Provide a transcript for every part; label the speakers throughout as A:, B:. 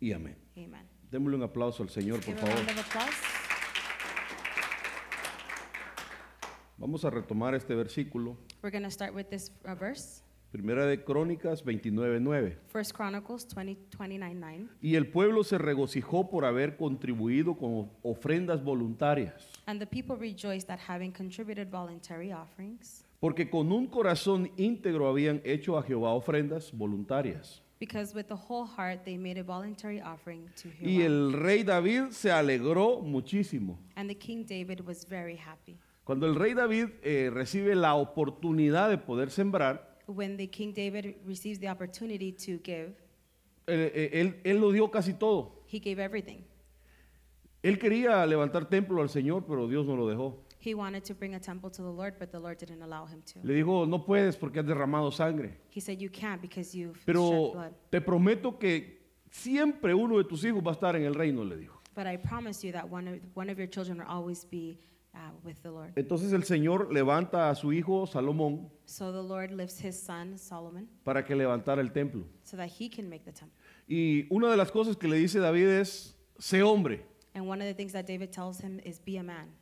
A: y amén.
B: Amen.
A: Démosle un aplauso al Señor, por
B: Give a round
A: favor.
B: of applause.
A: Vamos a retomar este versículo.
B: We're going to start with this uh, verse,
A: Primera de Crónicas 29:9.
B: First Chronicles 20, 29, 9.
A: Y el pueblo se regocijó por haber contribuido con ofrendas voluntarias,
B: And the people rejoiced that having contributed voluntary offerings,
A: porque con un corazón íntegro habían hecho a Jehová ofrendas voluntarias.
B: because with the whole heart they made a voluntary offering to
A: Y
B: Him.
A: el rey David se alegró muchísimo.
B: And the King David was very happy.
A: Cuando el rey David eh, recibe la oportunidad de poder sembrar,
B: When the King David receives the opportunity to give,
A: eh, eh, él, él lo dio casi todo.
B: he gave everything.
A: Él quería levantar templo al Señor, pero Dios no lo dejó.
B: He wanted to bring a temple to the Lord, but the Lord didn't allow him to.
A: Le dijo, no puedes porque has derramado sangre.
B: He said, You can't because you've shed
A: Pero
B: blood.
A: te prometo que siempre uno de tus hijos va a estar en el reino, le dijo.
B: But I promise you that one of, one of your children will always be uh, with the Lord.
A: Entonces el Señor levanta a su hijo Salomón
B: So the Lord lifts his son, Solomon,
A: para que levantara el templo.
B: so that he can make the temple.
A: Y una de las cosas que le dice David es, sé hombre.
B: And one of the things that David tells him is be a man.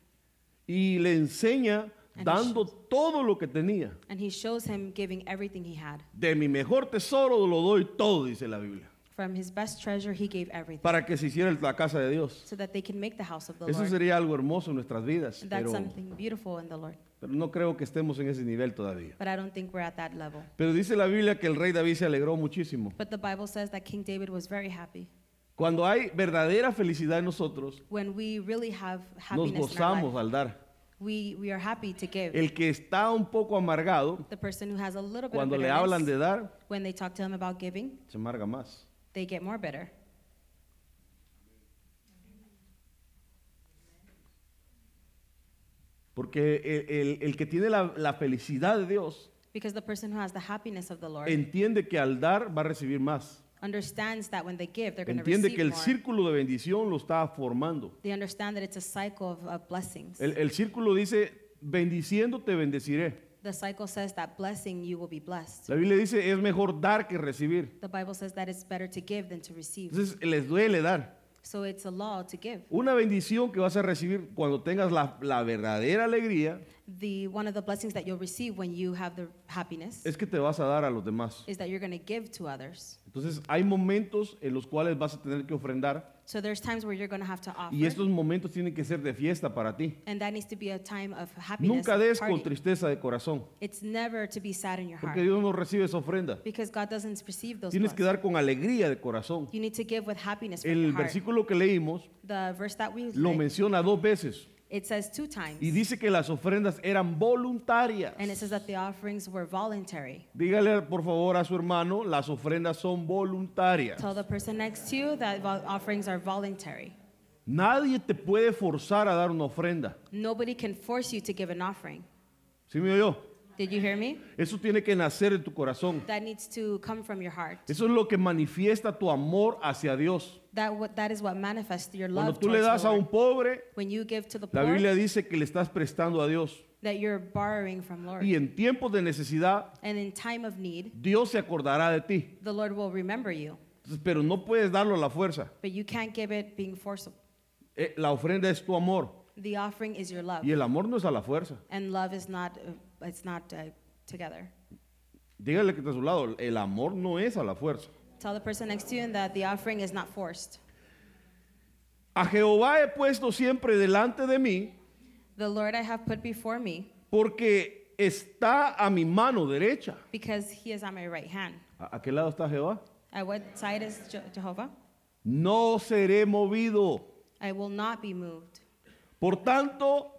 A: Y le enseña
B: And
A: dando todo lo que tenía.
B: And he shows him giving everything he had.
A: De mi mejor tesoro lo doy todo, dice la Biblia,
B: From his best treasure, he gave everything
A: para que se hiciera la casa de Dios.
B: so that they can make the house of the
A: Eso
B: Lord.
A: sería algo hermoso en nuestras vidas,
B: And that's
A: pero,
B: something beautiful in the Lord.
A: pero no creo que estemos en ese nivel todavía.
B: But I don't think we're at that level.
A: Pero dice la Biblia que el rey David se alegró muchísimo.
B: But the Bible says that King David was very happy.
A: Cuando hay verdadera felicidad en nosotros,
B: When we really have
A: nos
B: happiness in our
A: gozamos
B: life,
A: al dar.
B: we, we are happy to give.
A: El que está un poco amargado,
B: the person who has a little bit
A: cuando
B: of
A: le
B: bitterness,
A: hablan de dar,
B: when they talk to him about giving,
A: se amarga más.
B: they get more bitter.
A: Porque el, el- el que tiene la, la felicidad de Dios
B: Because the person who has the happiness of the Lord
A: entiende que al dar va a recibir más.
B: understands that when they give, they're going to
A: Entiende
B: receive
A: que el
B: more.
A: círculo de bendición lo está formando.
B: They understand that it's a cycle of, of blessings.
A: El, el círculo dice, bendiciendo te bendeciré.
B: the cycle says that blessing, you will be blessed.
A: La Biblia dice, es mejor dar que recibir.
B: The Bible says that it's better to give than to receive.
A: Entonces les duele dar.
B: So it's a law to give.
A: Una bendición que vas a recibir cuando tengas la, la verdadera alegría
B: The one of the blessings that you'll receive when you have the happiness
A: es que te vas a dar a los demás.
B: is that you're going to give to others.
A: Entonces hay momentos en los cuales vas a tener que ofrendar
B: So there's times where you're going to have to offer,
A: y estos momentos tienen que ser de fiesta para ti.
B: and that needs to be a time of happiness.
A: Nunca
B: of
A: des
B: party.
A: con tristeza de corazón,
B: It's never to be sad in your heart
A: porque Dios no recibe esa ofrenda.
B: because God doesn't receive those.
A: Tienes que
B: blessings.
A: dar con alegría de corazón.
B: you need to give with happiness from
A: El
B: your heart.
A: versículo que leímos
B: The verse that we
A: lo
B: read,
A: menciona dos veces
B: it says two times,
A: y dice que las ofrendas eran voluntarias.
B: and it says that the offerings were voluntary.
A: Dígale por favor a su hermano, las ofrendas son voluntarias.
B: Tell the person next to you that vol- offerings are voluntary.
A: Nadie te puede forzar a dar una ofrenda.
B: Nobody can force you to give an offering.
A: ¿Sí me oyó?
B: Did you hear me?
A: Eso tiene que nacer en tu corazón.
B: That needs to come from your heart.
A: Eso es lo que manifiesta tu amor hacia Dios.
B: That what that is what manifests your
A: Cuando
B: love.
A: tú le
B: towards
A: das
B: the
A: a un
B: Lord.
A: pobre,
B: when you give to the
A: la
B: poor,
A: Biblia dice que le estás prestando a Dios.
B: that you're borrowing from Lord.
A: Y en tiempos de necesidad,
B: And in time of need,
A: Dios se acordará de ti.
B: the Lord will remember you.
A: Entonces, Pero no puedes darlo a la fuerza.
B: But you can't give it being forcible.
A: Eh, La ofrenda es tu amor.
B: The offering is your love,
A: Y el amor no es a la fuerza.
B: and love is not uh, it's not uh, together.
A: Dígale que está a su lado. El amor no es a la fuerza.
B: Tell the person next to you that the offering is not forced.
A: A Jehová he puesto siempre delante de mí
B: The Lord I have put before me
A: porque está a mi mano derecha.
B: because He is on my right hand.
A: ¿A, a qué lado está Jehová?
B: At what side is Je- Jehovah?
A: No seré movido.
B: I will not be moved.
A: Por tanto,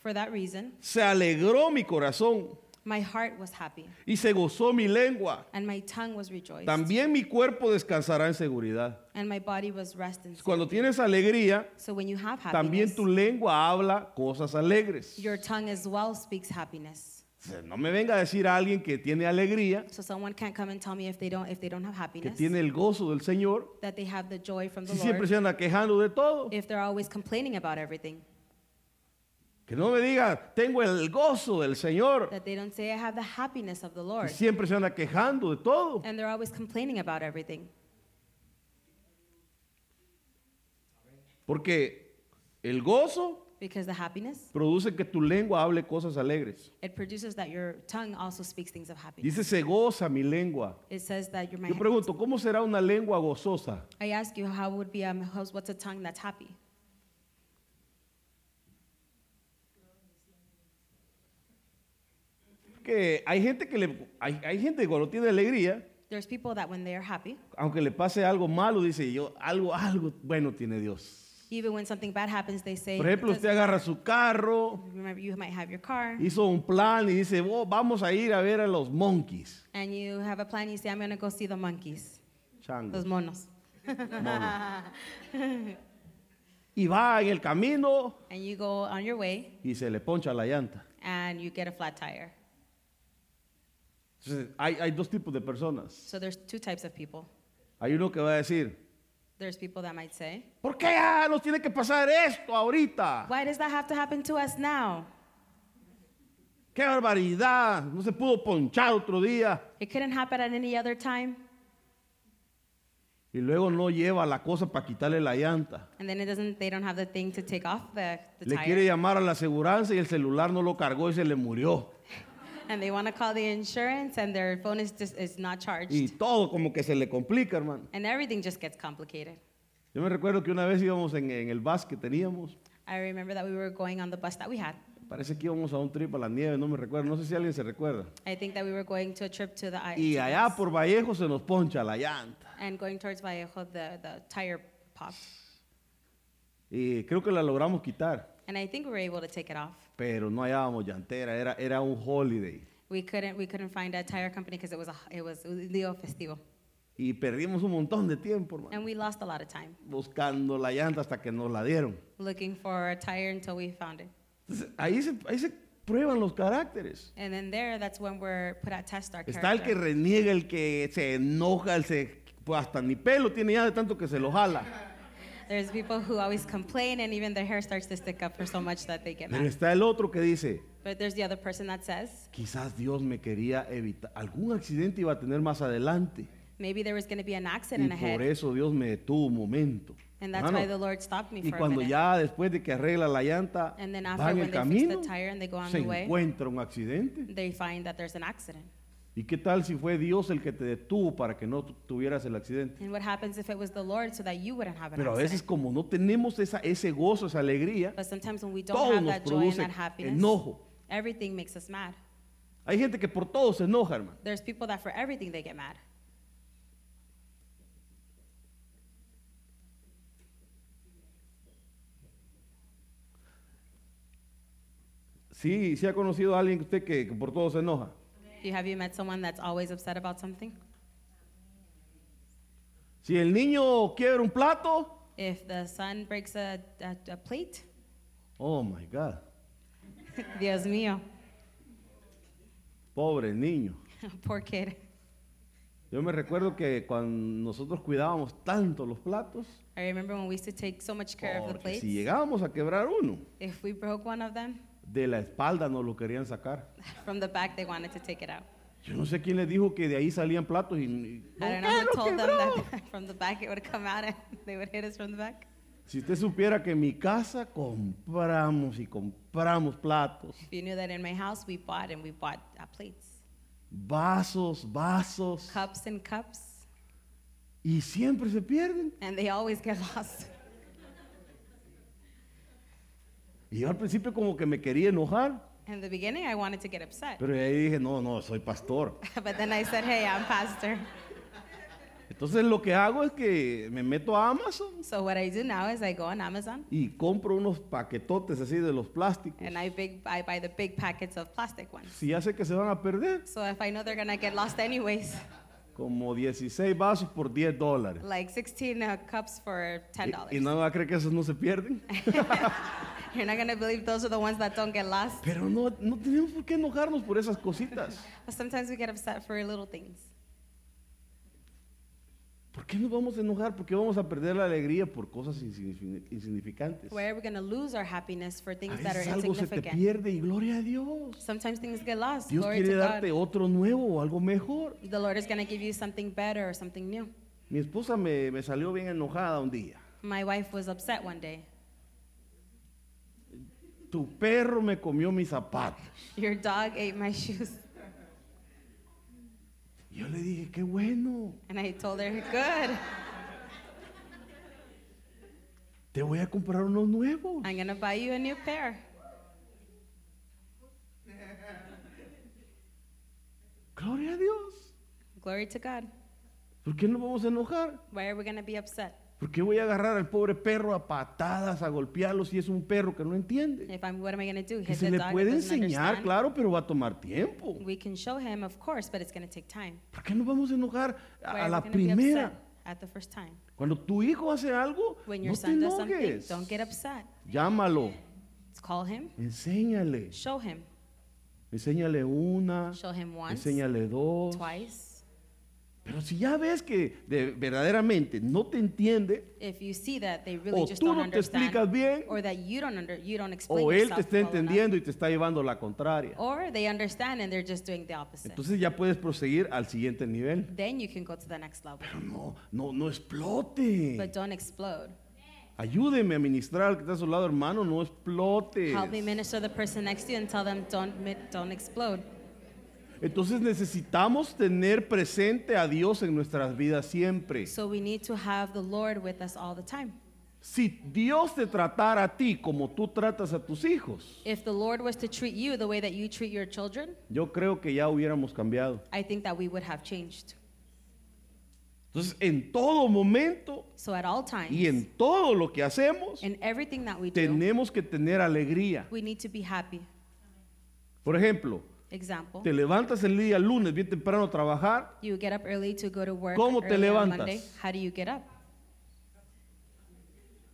B: For that reason,
A: se alegró mi corazón
B: my heart was happy
A: y se gozó mi lengua.
B: and my tongue was rejoiced,
A: También mi cuerpo descansará en seguridad.
B: and my body was resting.
A: Cuando tienes alegría,
B: So when you have happiness,
A: también tu lengua habla cosas alegres.
B: your tongue as well speaks happiness.
A: O sea, No me venga a decir a alguien que tiene alegría,
B: So someone can't come and tell me if they don't if they don't have
A: que
B: happiness
A: tiene el gozo del Señor,
B: that they have the joy from the
A: si
B: Lord
A: siempre
B: Em-
A: se anda quejando de todo.
B: if they're always complaining about everything.
A: Que no me diga, tengo el gozo del Señor,
B: That they don't say I have the happiness of the
A: y
B: Lord Em-
A: siempre se anda quejando de todo.
B: and they're always complaining about everything.
A: Porque el gozo
B: because the happiness,
A: produce que tu lengua hable cosas alegres.
B: it produces that your tongue also speaks things of happiness.
A: Dice, se goza mi lengua.
B: It says that your
A: Yo
B: mind.
A: pregunto, ¿cómo será una lengua gozosa?
B: I ask you, how would be um, how's, what's a tongue that's happy?
A: Que hay gente que le, hay, hay gente que cuando tiene alegría,
B: There's people that when they are happy,
A: aunque le pase algo malo, dice yo, algo, algo bueno tiene Dios.
B: even when something bad happens, they say.
A: Por ejemplo,
B: "Because-"
A: usted agarra su carro,
B: remember, you might have your car,
A: hizo un plan y dice, "Oh, vamos a ir a ver a los monkeys.
B: and you have a plan. You say, I'm gonna go see the monkeys,
A: Changos,
B: los monos,
A: monos. Y va en el camino
B: and you go on your way,
A: y se le poncha la llanta.
B: and you get a flat tire.
A: Entonces, hay, hay dos tipos de personas.
B: So there's two types of people.
A: Hay uno que va a decir,
B: There's people that might say,
A: ¿por qué ah, nos tiene que pasar esto ahorita?
B: Why does that have to happen to us now?
A: ¡Qué barbaridad! No se pudo ponchar otro día.
B: It couldn't happen at any other time.
A: Y luego no lleva la cosa para quitarle la llanta.
B: And then it doesn't. They don't have the thing to take off the, the
A: Le quiere
B: tire,
A: llamar a la aseguranza y el celular no lo cargó y se le murió.
B: and they want to call the insurance, and their phone is just is not charged,
A: Y todo como que se le complica, hermano.
B: and everything just gets complicated.
A: Yo me recuerdo que una vez íbamos en, en el bus que teníamos,
B: I remember that we were going on the bus that we had.
A: parece que íbamos a un trip a la nieve, no me recuerdo, no sé si alguien se recuerda.
B: I think that we were going to a trip to the I-
A: Y
B: to
A: allá
B: this.
A: por Vallejo se nos poncha la llanta.
B: and going towards Vallejo, the, the tire popped,
A: Y creo que la logramos quitar,
B: and I think we were able to take it off.
A: pero no hallábamos llantera, era, era un holiday.
B: We couldn't we couldn't find a tire company because it was a, it was Leo Festivo,
A: Y perdimos un montón de tiempo, hermano,
B: and we lost a lot of time
A: buscando la llanta hasta que nos la dieron.
B: looking for a tire until we found it.
A: Entonces, ahí, se, ahí se prueban los caracteres.
B: And then there, that's when we're put at test our
A: Está el que
B: character.
A: reniega, el que se enoja, el se, pues hasta ni pelo tiene ya de tanto que se lo jala.
B: There's people who always complain, and even their hair starts to stick up for so much that they get
A: Pero
B: mad.
A: está el otro que dice,
B: But there's the other person that says
A: Quizás Dios me quería evitar. Algún accidente iba a tener más adelante.
B: maybe there was going to be an
A: Y
B: accident
A: por
B: ahead,
A: eso Dios me detuvo un momento.
B: and that's
A: Hermano,
B: why the Lord stopped me
A: y
B: for a
A: cuando
B: minute.
A: ya después de que arregla la llanta,
B: And then
A: va
B: after
A: en
B: when
A: el
B: they fix
A: camino,
B: the tire and they go on
A: se
B: the way,
A: encuentra un accidente.
B: they find that there's an accident.
A: ¿Y qué tal si fue Dios el que te detuvo para que no tu- tuvieras el accidente?
B: And what happens if it was the Lord so that you wouldn't have an
A: Pero a veces
B: accident?
A: como no tenemos esa, ese gozo, esa alegría,
B: But sometimes when we
A: todo
B: don't have
A: nos
B: that joy
A: produce
B: and that happiness,
A: enojo.
B: everything makes us mad.
A: hay gente que por todo se enoja, hermano.
B: There's people that for everything they get mad.
A: Sí, sí ha conocido a alguien que usted que, que por todo se enoja.
B: You, have you met someone that's always upset about something?
A: Si el niño quiebra un plato,
B: If the son breaks a, a, a plate,
A: oh my God,
B: Dios mío,
A: pobre niño.
B: poor kid.
A: Yo me recuerdo que cuando nosotros cuidábamos tanto los platos,
B: I remember when we used to take so much care of the
A: porque
B: plates.
A: si llegábamos a quebrar uno,
B: If we broke one of them,
A: de la espalda nos lo querían sacar.
B: from the back they wanted to take it out.
A: Yo no sé quién les dijo que de ahí salían platos y... y-
B: I
A: ¿Por
B: don't
A: qué
B: know who
A: lo
B: told them
A: quebró?
B: that from the back it would come out and they would hit us from the back.
A: Si usted supiera que en mi casa compramos y compramos platos,
B: If you knew that in my house we bought and we bought uh, plates,
A: vasos, vasos,
B: cups and cups,
A: y siempre se pierden.
B: and they always get lost.
A: Y yo al principio como que me quería enojar,
B: In the beginning I wanted to get upset,
A: pero ahí dije, no, no, soy pastor.
B: but then I said, "Hey, I'm pastor."
A: Entonces lo que hago es que me meto a Amazon
B: So what I do now is I go on Amazon
A: y compro unos paquetotes así de los plásticos.
B: and I big I buy the big packets of plastic ones.
A: Si ya sé que se van a perder,
B: So if I know they're gonna get lost anyways,
A: como 16 vasos por 10 dólares.
B: like 16 uh, cups for ten dollars.
A: Y, y no me va a creer que esos no se pierden.
B: You're not gonna believe those are the ones that don't get lost.
A: Pero no, no tenemos por qué enojarnos por esas cositas.
B: But sometimes we get upset for little things.
A: ¿Por qué nos vamos a enojar? Porque vamos a perder la alegría por cosas insignifi- insignificantes.
B: Where are we gonna lose our happiness for
A: A
B: things that are
A: veces Ah, algo se te
B: insignificant?
A: pierde y gloria a Dios.
B: Sometimes things get lost.
A: Dios
B: Glory
A: quiere
B: to God.
A: darte otro nuevo o algo mejor.
B: The Lord is going to give you something better or something new.
A: Mi esposa me, me salió bien enojada un día.
B: My wife was upset one day.
A: Tu perro me comió mis zapatos.
B: Your dog ate my shoes.
A: Yo le dije, qué bueno,
B: And I told her, Good,
A: te voy a comprar unos nuevos.
B: I'm going to buy you a new pair.
A: Gloria a Dios.
B: Glory to God.
A: ¿Por qué nos vamos a enojar?
B: Why are we going to be upset?
A: ¿Por qué voy a agarrar al pobre perro a patadas, a golpearlo si es un perro que no entiende?
B: If I'm, what am I going to do?
A: Que
B: Hit
A: se
B: the
A: le
B: dog that
A: puede
B: doesn't
A: enseñar,
B: understand?
A: claro, pero va a tomar tiempo.
B: We can show him, of course, but it's going to take time.
A: ¿Por qué nos vamos a enojar
B: Why
A: a, a
B: are
A: la
B: we gonna be upset
A: primera?
B: at the first time?
A: Cuando tu hijo hace algo,
B: When your
A: no te
B: son does something,
A: enojes.
B: don't get upset.
A: Llámalo,
B: Call him,
A: enséñale,
B: show him.
A: enséñale una,
B: Show him once,
A: enséñale dos.
B: twice.
A: Pero si ya ves que de- verdaderamente no te entiende,
B: If you see that they really
A: o
B: just
A: tú
B: don't
A: no te
B: understand,
A: explicas bien,
B: or that you don't under, you don't explain
A: o él te
B: yourself
A: está
B: well enough,
A: entendiendo y te está llevando la contraria.
B: or they understand and they're just doing the opposite.
A: Entonces ya puedes proseguir al siguiente nivel.
B: then you can go to the next level,
A: Pero no, no, no
B: but
A: explote.
B: don't explode.
A: Ayúdeme a ministrar al que está a su lado, hermano, no explote.
B: Help me minister the person next to you and tell them don't mi- don't explode.
A: Entonces necesitamos tener presente a Dios en nuestras vidas siempre.
B: So we need to have the Lord with us all the time.
A: Si Dios te tratara a ti como tú tratas a tus hijos,
B: If the Lord was to treat you the way that you treat your children,
A: yo creo que ya hubiéramos cambiado.
B: I think that we would have changed.
A: Entonces, en todo momento
B: So at all times,
A: y en todo lo que hacemos,
B: in everything that we do,
A: tenemos que tener alegría.
B: we need to be happy.
A: Por ejemplo,
B: Example,
A: te levantas el día lunes bien temprano a trabajar,
B: you get up early to go to work
A: ¿Cómo te
B: early on
A: levantas?
B: Monday. How do you get up?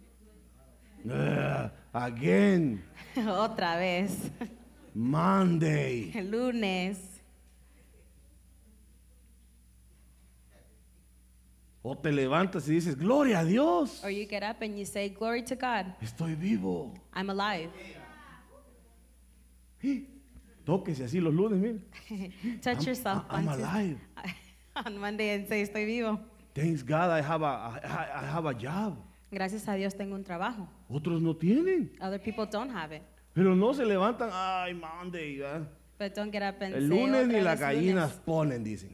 A: Ugh, "Ah, again,
B: Otra vez.
A: Monday.
B: Lunes.
A: O te levantas y dices, gloria a Dios,
B: Or you get up and you say, Glory to God,
A: estoy vivo.
B: I'm alive.
A: Tóquese así los lunes, mire.
B: Touch
A: I'm-
B: yourself
A: I'm
B: on Tues-
A: alive.
B: on Monday and say, Estoy vivo.
A: Thanks God, I have a, I- I have a job.
B: Gracias a Dios tengo un trabajo.
A: Otros no tienen,
B: Other people don't have it.
A: pero no se levantan, ay, Monday. ah".
B: But don't get up and say,
A: El lunes ni
B: "Otra
A: las
B: vez lunes."
A: gallinas ponen, dicen.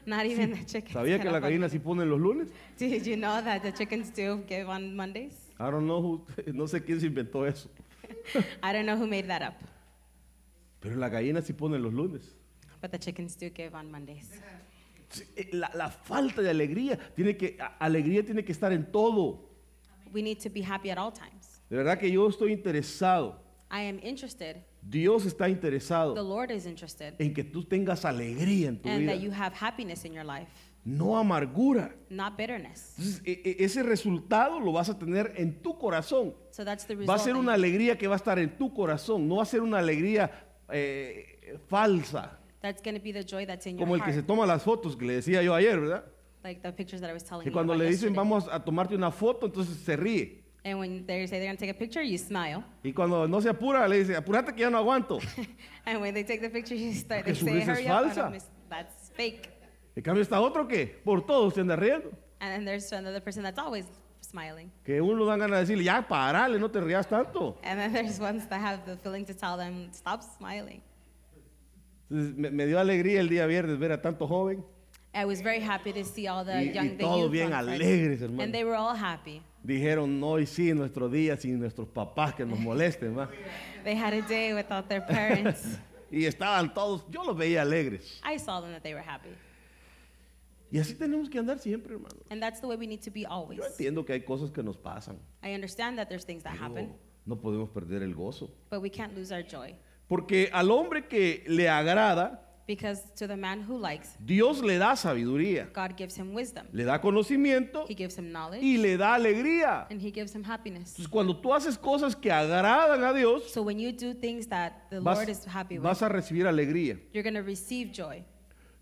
B: Not even the chickens.
A: ¿Sabía
B: get
A: que las
B: up on-
A: gallinas sí ponen los lunes?
B: Did you know that the chickens do give on Mondays?
A: I don't know who- no sé quién se inventó eso.
B: I don't know who made that up,
A: Pero las gallinas sí ponen los lunes.
B: but the chickens do give on Mondays.
A: Sí, eh, La, la falta de alegría tiene que, a- alegría tiene que estar en todo.
B: We need to be happy at all times.
A: De verdad que yo estoy interesado.
B: I am interested.
A: Dios está
B: The
A: interesado
B: Lord is interested.
A: en que tú tengas alegría en tu
B: And
A: vida,
B: that you have happiness in your life,
A: no amargura.
B: not bitterness.
A: Entonces, e- e- ese resultado lo vas a tener en tu corazón.
B: So that's the
A: Va a
B: result.
A: ser
B: that
A: una
B: you-
A: alegría que va a estar en tu corazón, no va a ser una alegría eh, falsa,
B: That's going to be the joy that's in your
A: como el que se
B: heart.
A: toma las fotos que le decía yo ayer, ¿verdad?
B: Like the pictures that I was telling
A: Que
B: you
A: cuando
B: about
A: le dicen
B: yesterday.
A: vamos a tomarte una foto, entonces se ríe.
B: And when they say they're going to take a picture, you smile.
A: Y cuando no se apura, le dice, apúrate que ya no aguanto.
B: And when they take the picture, you start
A: Porque
B: they
A: su
B: say,
A: risa es
B: hurry up. I don't
A: falsa.
B: miss- That's fake.
A: En cambio está otro que por todos se anda riendo.
B: And then there's another person that's always smiling.
A: Que uno dan ganas de decirle, ya parale, no te rías tanto.
B: And then there's ones that have the feeling to tell them, stop smiling.
A: Entonces, me, me dio alegría el día viernes ver a tanto joven.
B: I was very happy to see all the
A: Y- y
B: young the
A: todos
B: youth
A: bien
B: on Friday.
A: alegres, hermano.
B: And they were all happy.
A: Dijeron, no, y sí, nuestro día sin nuestros papás que nos molesten, ¿va?
B: They had a day without their parents.
A: Y estaban todos, yo los veía alegres.
B: I saw them that they were happy.
A: Y así tenemos que andar siempre, hermano.
B: And that's the way we need to be always.
A: Yo entiendo que hay cosas que nos pasan.
B: I understand that there's things that
A: pero
B: happen,
A: no podemos perder el gozo.
B: but we can't lose our joy.
A: Porque al hombre que le agrada,
B: Because to the man who likes,
A: Dios le da sabiduría,
B: God gives him wisdom,
A: le da conocimiento
B: He gives him knowledge,
A: y le da alegría.
B: and He gives him happiness.
A: Entonces, cuando tú haces cosas que agradan a Dios,
B: So when you do things that the
A: vas,
B: Lord is happy with,
A: vas a recibir alegría.
B: you're going to receive joy.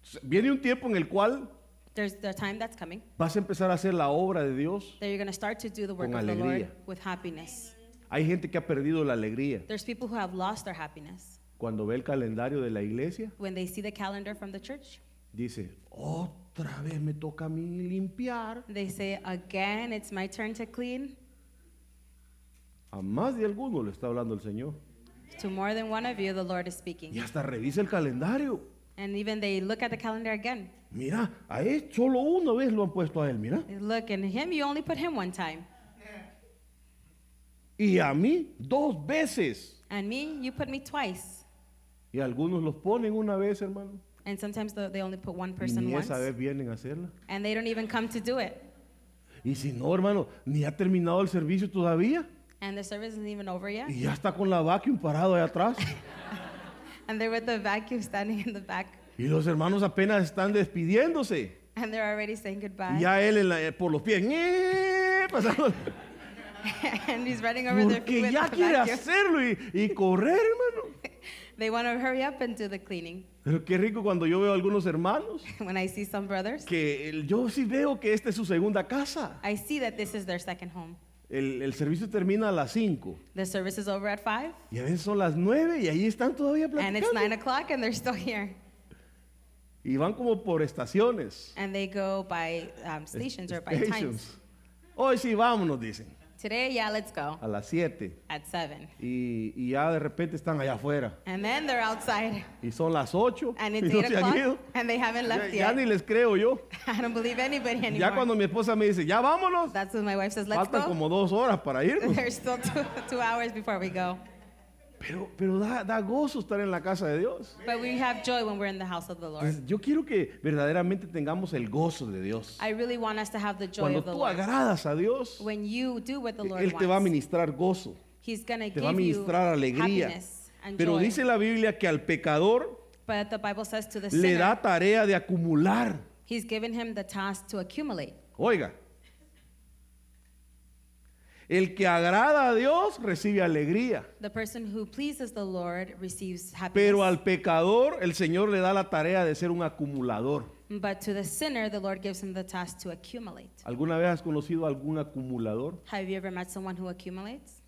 A: Entonces, Viene un tiempo en el cual
B: There's the time that's coming
A: vas a empezar a hacer la obra de Dios.
B: that you're going to start to do the work
A: Con
B: of the Lord
A: alegría.
B: with happiness.
A: Hay gente que ha perdido la alegría.
B: There's people who have lost their happiness.
A: Cuando ve el calendario de la iglesia,
B: When they see the calendar from the church,
A: dice, otra otra vez me toca a mí limpiar.
B: They say, Again, it's my turn to clean.
A: A más de alguno le está hablando el Señor.
B: To more than one of you, the Lord is speaking.
A: Y hasta revisa el calendario.
B: And even they look at the calendar again.
A: Mira, a él solo una vez lo han puesto a él, mira.
B: They look, and him, you only put him one time.
A: Y a mí dos veces.
B: And me, you put me twice.
A: Y algunos los ponen una vez, hermano.
B: And sometimes the- they only put one
A: Y
B: person
A: ni
B: once.
A: esa vez vienen a hacerla.
B: And they don't even come to do it.
A: Y si no, hermano, ni ha terminado el servicio todavía.
B: And the service isn't even over yet.
A: Y ya está con la vacuum parado allá atrás.
B: And they're with the vacuum standing in the back.
A: Y los hermanos apenas están despidiéndose.
B: And they're already saying
A: Y
B: goodbye.
A: ya él en la- eh, por los pies. ¡ñe! pasando-
B: and he's running over their feet
A: Porque
B: with
A: ya
B: the
A: quiere
B: vacuum.
A: hacerlo y, y correr, hermano.
B: They want to hurry up and do the cleaning.
A: Pero qué rico cuando yo veo a algunos hermanos
B: When I see some brothers,
A: que el- yo sí veo que esta es su segunda casa.
B: I see that this is their second home.
A: El, el servicio termina a las 5
B: The service is over at 5,
A: y a veces son las 9 y ahí están todavía
B: and it's 9
A: platicando.
B: o'clock, and they're still here.
A: Y van como por estaciones.
B: And they go by um, stations or by times.
A: Stations. Hoy sí, vámonos, dicen,
B: Today, yeah, let's go
A: a las 7.
B: at 7.
A: Y, y ya de repente están allá afuera.
B: And then they're outside,
A: Y son las 8
B: and
A: y
B: it's
A: no
B: 8
A: se han ido.
B: o'clock, and they haven't
A: Ya,
B: left
A: ya ni
B: yet.
A: les creo yo.
B: I don't believe anybody
A: Ya cuando
B: anymore.
A: mi esposa me dice, ya vámonos,
B: That's when my wife says, let's
A: faltan
B: go.
A: como dos horas para irnos.
B: There's still two, two hours before we go.
A: Pero, pero da, da gozo estar en la casa de Dios.
B: But we have joy when we're in the house of the Lord.
A: Entonces, yo quiero que verdaderamente tengamos el gozo de Dios.
B: I really want us to have the joy
A: Cuando
B: of the
A: tú
B: Lord.
A: agradas a Dios, e,
B: When you do what the Lord
A: Él te va a
B: wants,
A: ministrar gozo,
B: He's going to
A: te va a
B: give you
A: ministrar alegría.
B: happiness and
A: Pero
B: joy.
A: dice la Biblia que al pecador
B: but the Bible says to the
A: le
B: sinner,
A: da tarea de acumular.
B: He's given him the task to accumulate.
A: Oiga, el que agrada a Dios recibe alegría,
B: The person who pleases the Lord receives happiness.
A: pero al pecador el Señor le da la tarea de ser un acumulador.
B: but to the sinner, the Lord gives him the task to accumulate.
A: ¿Alguna vez has conocido a algún acumulador?
B: Have you ever met someone who accumulates?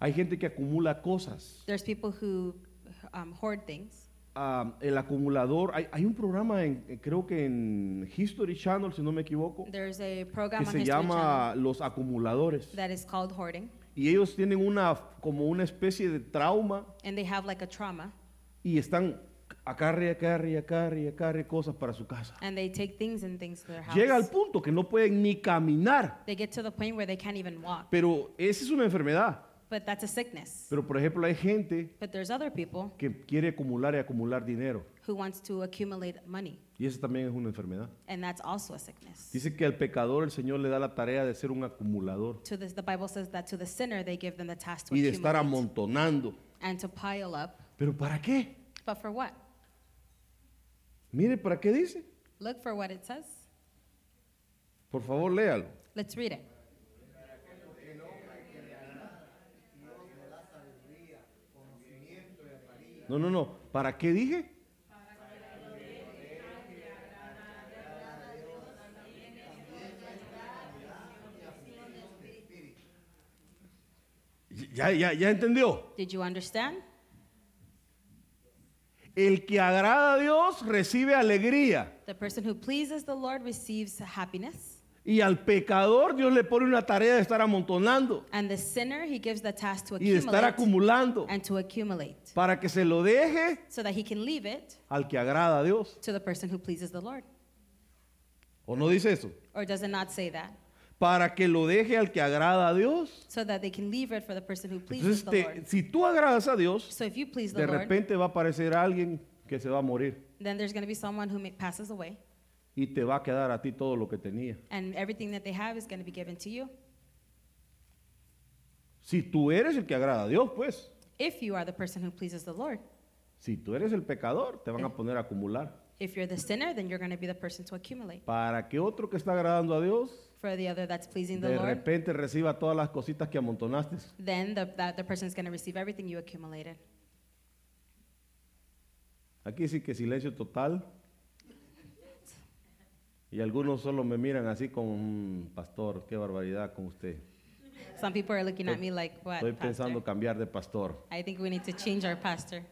A: Hay gente que acumula cosas.
B: There's people who um, hoard things.
A: Ah, el acumulador. Hay, hay un programa, en, eh, creo que en History Channel, si no me equivoco,
B: There's a
A: que
B: program on
A: se
B: History
A: llama
B: Channel
A: Los Acumuladores.
B: that is called hoarding,
A: Y ellos tienen una, como una especie de trauma
B: and they have like a trauma,
A: y están acarre, acarre, acarre, acarre cosas para su casa.
B: and they take things and things to their house.
A: Llega al punto que no pueden ni caminar.
B: They get to the point where they can't even walk.
A: Pero esa es una enfermedad.
B: But that's a sickness.
A: Pero por ejemplo hay gente
B: But there's other people
A: que quiere acumular y acumular dinero.
B: who wants to accumulate money,
A: Y esa también es una enfermedad.
B: and that's also a sickness.
A: Dice que al pecador el Señor le da la tarea de ser un acumulador
B: To this, the Bible says that to the sinner they give them the task to
A: y de estar
B: accumulate
A: amontonando.
B: and to pile up.
A: ¿Pero para qué?
B: But for what?
A: Mire, ¿para qué dice?
B: Look for what it says.
A: Por favor, léalo.
B: Let's read it.
A: No, no, no. ¿Para qué dije? Ya, ya, ya entendió.
B: Did you understand?
A: El que agrada a Dios recibe alegría.
B: The person who pleases the Lord receives happiness,
A: Y al pecador Dios le pone una tarea de estar amontonando
B: and the sinner he gives the task to
A: y de estar
B: accumulate
A: acumulando
B: and to accumulate,
A: para que se lo deje
B: so that he can leave it
A: al que agrada a Dios.
B: to the person who pleases the Lord.
A: ¿O no dice eso?
B: Or does it not say that?
A: Para que lo deje al que agrada a Dios.
B: So that they can leave it for the person who pleases
A: Entonces,
B: the
A: te-
B: Lord.
A: si tú agradas a Dios,
B: So if you please
A: de
B: the Lord,
A: repente va a aparecer alguien que se va a morir
B: then there's going to be someone who may- passes away,
A: y te va a quedar a ti todo lo que tenía.
B: and everything that they have is going to be given to you.
A: Si tú eres el que agrada a Dios, pues.
B: If you are the person who pleases the Lord,
A: Si tú eres el pecador, te van a poner a acumular.
B: if you're the sinner, then you're going to be the person to accumulate.
A: Para que otro que está agradando a Dios,
B: For the other that's pleasing the
A: de
B: Lord,
A: repente reciba todas las cositas que amontonaste.
B: then the, that the person's going to receive everything you accumulated.
A: Aquí sí que silencio total. Y algunos solo me miran así como, "Mm, pastor, qué barbaridad con usted.
B: Some people are looking at me like, what,
A: Estoy
B: pastor?
A: pensando cambiar de pastor.
B: I think we need to change our pastor.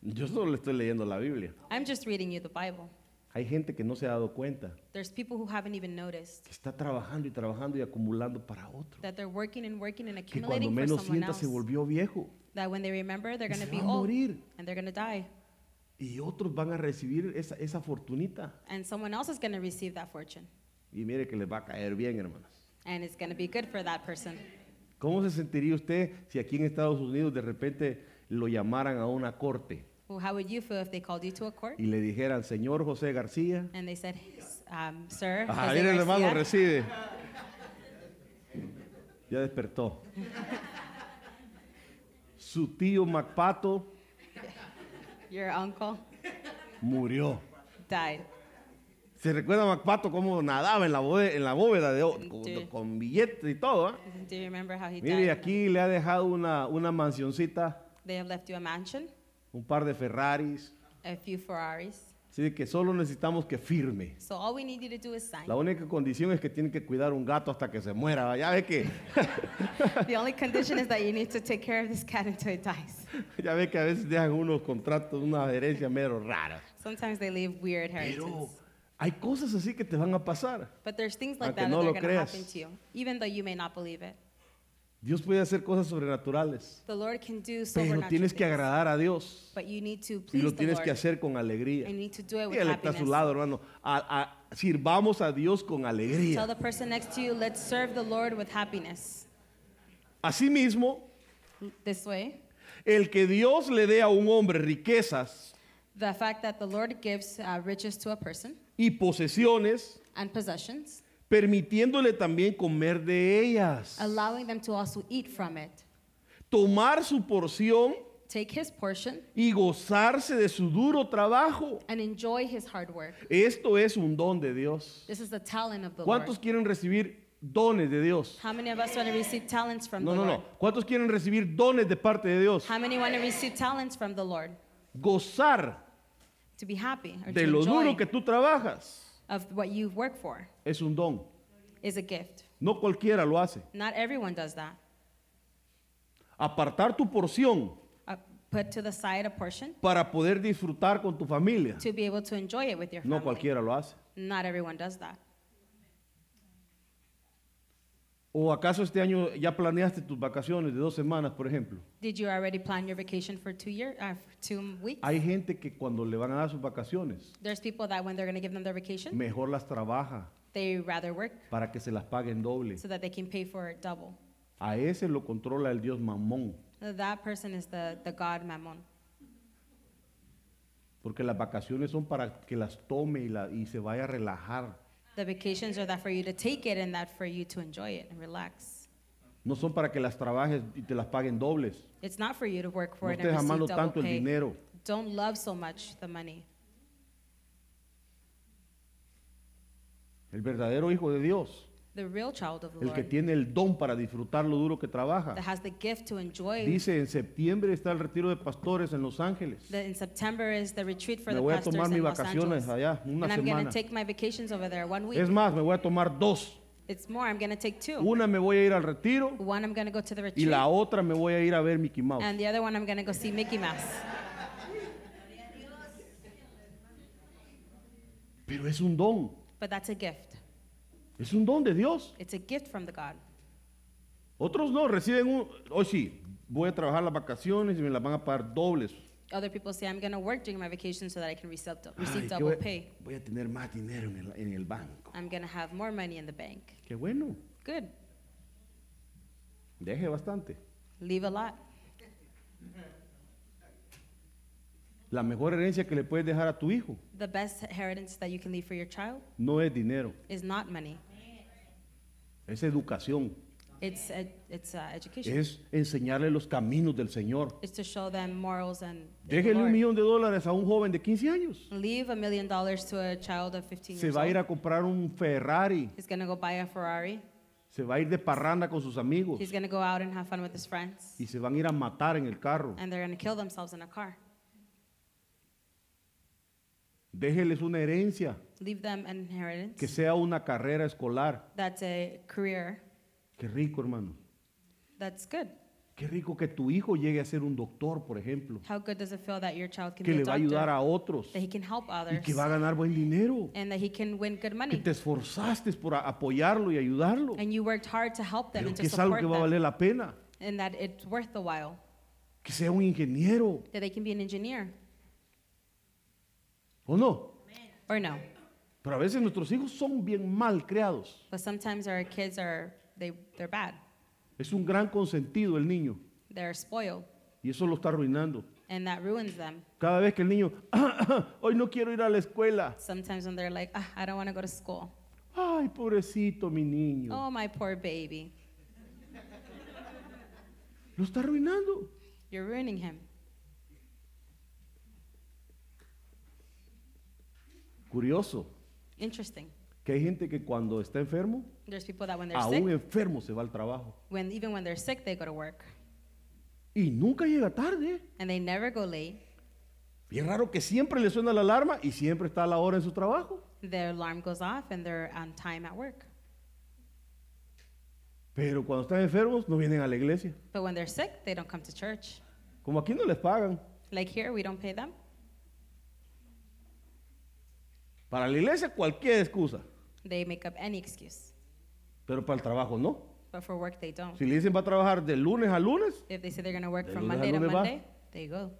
A: Yo solo le estoy leyendo la Biblia.
B: I'm just reading you the Bible.
A: Hay gente que no se ha dado cuenta,
B: There's people who haven't even noticed
A: que está trabajando y trabajando y acumulando para otro.
B: that they're working and working and
A: Que cuando
B: accumulating for
A: menos
B: someone
A: sienta
B: else.
A: se volvió viejo.
B: That when they remember, they're
A: Y
B: going to
A: se
B: be
A: va a
B: old
A: morir.
B: and they're going to die.
A: Y otros van a recibir esa, esa fortunita.
B: And someone else is going to receive that fortune.
A: Y mire que les va a caer bien, hermanos.
B: And it's going to be good for that person.
A: ¿Cómo se sentiría usted si aquí en Estados Unidos de repente lo llamaran a una corte
B: Well, how would you feel if they called you to a court
A: y le dijeran, señor José García?
B: and they said, um, Sir,
A: Ajá,
B: Jose
A: mire, el hermano
B: Garcia,
A: recibe. Ya despertó. Su tío Macpato
B: your uncle
A: murió.
B: died?
A: ¿Se recuerda a Macpato cómo nadaba en la bóveda, en la bóveda de, o- con,
B: Sí.
A: con billetes y todo? ¿ah?
B: Do you remember how he
A: Mire, y
B: died?
A: aquí le ha dejado una, una mansioncita,
B: They have left you a mansion,
A: un par de Ferraris.
B: a few Ferraris.
A: Así de que solo necesitamos que firme.
B: So all we need you to do is sign.
A: La única condición es que tiene que cuidar un gato hasta que se muera. ¿va? Ya ve que,
B: The only condition is that you need to take care of this cat until it dies.
A: ya ve que a veces dejan unos contratos, unas herencias mero raras.
B: Sometimes they leave weird
A: Pero
B: heritage.
A: hay cosas así que te van a pasar.
B: But there's things like
A: Aunque
B: that
A: no
B: that
A: lo
B: are going to happen
A: creas.
B: to you, even though you may not believe it.
A: Dios puede hacer cosas sobrenaturales,
B: The Lord can do
A: pero
B: supernatural
A: tienes que
B: things,
A: agradar a Dios
B: But you need to
A: y
B: please
A: lo
B: the
A: tienes
B: Lord.
A: que hacer con alegría.
B: and you
A: Y
B: need to do it with
A: Él está a
B: happiness.
A: su lado, hermano. A- a- sirvamos a Dios con
B: Tell
A: alegría.
B: the person next to you, let's serve the Lord with happiness.
A: Asimismo,
B: This way,
A: el que Dios le dé a un hombre riquezas
B: the fact that the Lord gives uh, riches to a person
A: y posesiones,
B: and possessions,
A: permitiéndole también comer de ellas,
B: allowing them to also eat from it,
A: tomar su porción
B: take his portion,
A: y gozarse de su duro trabajo.
B: and enjoy his hard work.
A: Esto es un don de Dios.
B: This is the talent of the
A: ¿Cuántos
B: Lord.
A: quieren recibir dones de Dios?
B: How many of us want to receive talents from
A: No,
B: the
A: no,
B: Lord?
A: no. ¿Cuántos quieren recibir dones de parte de Dios?
B: How many want to receive talents from the Lord?
A: Gozar
B: To be happy or
A: de
B: to
A: lo
B: enjoy
A: duro que tú trabajas
B: of what you work for
A: es un don.
B: is a gift.
A: No cualquiera lo hace.
B: Not everyone does that.
A: Apartar tu porción
B: Uh, put to the side a portion
A: para poder disfrutar con tu familia.
B: to be able to enjoy it with your family.
A: No cualquiera lo hace.
B: Not everyone does that.
A: ¿O acaso este año ya planeaste tus vacaciones de dos semanas, por ejemplo?
B: Did you already plan your vacation for two year, uh, for two weeks?
A: Hay gente que cuando le van a dar sus vacaciones,
B: There's people that when they're going to give them their vacation,
A: mejor las trabaja
B: they rather work
A: para que se las paguen doble.
B: so that they can pay for it double.
A: A ese lo controla el dios Mamón,
B: That person is the, the god Mammon.
A: porque las vacaciones son para que las tome y, la- y se vaya a relajar.
B: The vacations are that for you to take it and that for you to enjoy it and relax.
A: No son para que las trabajes y te las paguen dobles.
B: It's not for you to work for
A: No
B: it and
A: estés
B: receive
A: amando
B: double
A: tanto el
B: pay.
A: dinero.
B: Don't love so much the money.
A: El verdadero hijo de Dios,
B: The real child of the
A: el que
B: Lord
A: tiene el don para disfrutar lo duro que trabaja.
B: that has the gift to enjoy.
A: Dice, en septiembre está el retiro de pastores en Los Ángeles.
B: The- in September is the retreat for
A: Me
B: the
A: voy a
B: pastors
A: tomar mis
B: in Los
A: vacaciones
B: Angeles.
A: allá, una
B: and I'm going
A: semana.
B: to take my vacations over there one week.
A: Es más, me voy a tomar dos.
B: It's more. I'm going to take two.
A: Una me voy a ir al retiro
B: One, I'm going to go to the
A: y
B: retreat.
A: la otra me voy a ir a ver Mickey Mouse.
B: And the other one, I'm going to go see Mickey Mouse.
A: Pero es un don,
B: But that's a gift.
A: es un don de Dios.
B: It's a gift from the God.
A: Otros no, reciben un, hoy sí, voy a trabajar las vacaciones y me las van a pagar dobles.
B: Other people say, I'm going to work during my vacation so that I can receive, dou-
A: Ay,
B: receive
A: que
B: double
A: voy,
B: pay.
A: voy a tener más dinero en el, en el banco.
B: I'm going to have more money in the bank.
A: Qué bueno,
B: Good.
A: deje bastante.
B: Leave a lot.
A: La mejor herencia que le puedes dejar a tu hijo
B: The best inheritance that you can leave for your child
A: no es dinero,
B: is not money.
A: es educación,
B: It's, ed- it's uh, education.
A: es enseñarle los caminos del Señor.
B: It's to show them morals and the
A: Déjele un
B: Lord.
A: millón de dólares a un joven de 15 años.
B: Leave a million dollars to a child of 15
A: Se
B: years
A: va a ir
B: old.
A: a comprar un Ferrari,
B: He's going to go buy a Ferrari.
A: se va a ir de parranda con sus amigos
B: He's going to go out and have fun with his friends.
A: y se van a ir a matar en el carro.
B: And they're going to kill themselves in a car.
A: Déjeles una herencia
B: Leave them an inheritance.
A: que sea una carrera escolar.
B: That's a career.
A: Qué rico, hermano.
B: That's good.
A: Qué rico que tu hijo llegue a ser un doctor, por ejemplo,
B: How good does it feel that your child can
A: que
B: be
A: le
B: a
A: va a ayudar
B: doctor,
A: a otros
B: that he can help
A: y
B: others,
A: que va a ganar buen dinero,
B: and that he can win good
A: que
B: money.
A: te esforzaste por a- apoyarlo y ayudarlo,
B: And you worked hard to help them
A: pero
B: and
A: que
B: to
A: es algo
B: support
A: que va a
B: them,
A: valer la pena,
B: and that it's worth the while,
A: que sea un ingeniero,
B: that they can be an engineer
A: ¿o no?
B: or no.
A: Pero a veces nuestros hijos son bien mal creados.
B: But sometimes our kids are they they're bad,
A: Es un gran consentido el niño
B: they're spoiled,
A: y eso lo está arruinando.
B: and that ruins them.
A: Cada vez que el niño, hoy no quiero ir a la escuela.
B: Sometimes when they're like, ah, I don't want to go to school.
A: Ay, pobrecito mi niño.
B: Oh, my poor baby,
A: Lo está arruinando.
B: you're ruining him.
A: Curioso
B: Interesting.
A: que hay gente que cuando está enfermo,
B: There's people that when they're
A: aún
B: sick,
A: enfermo se va al trabajo.
B: when even when they're sick, they go to work,
A: Y nunca llega tarde.
B: and they never go late.
A: Bien raro que siempre le suena la alarma y siempre está a la hora en su trabajo.
B: Their alarm goes off, and they're on time at work.
A: Pero cuando están enfermos no vienen a la iglesia.
B: But when they're sick, they don't come to church.
A: Como aquí no les pagan.
B: Like here, we don't pay them.
A: Para la iglesia cualquier excusa,
B: They make up any excuse.
A: pero para el trabajo no.
B: But for work, they don't.
A: Si le dicen va a trabajar de lunes a lunes,
B: If they say they're going to work
A: De
B: from
A: lunes a
B: Monday to
A: lunes va.
B: Monday, they go.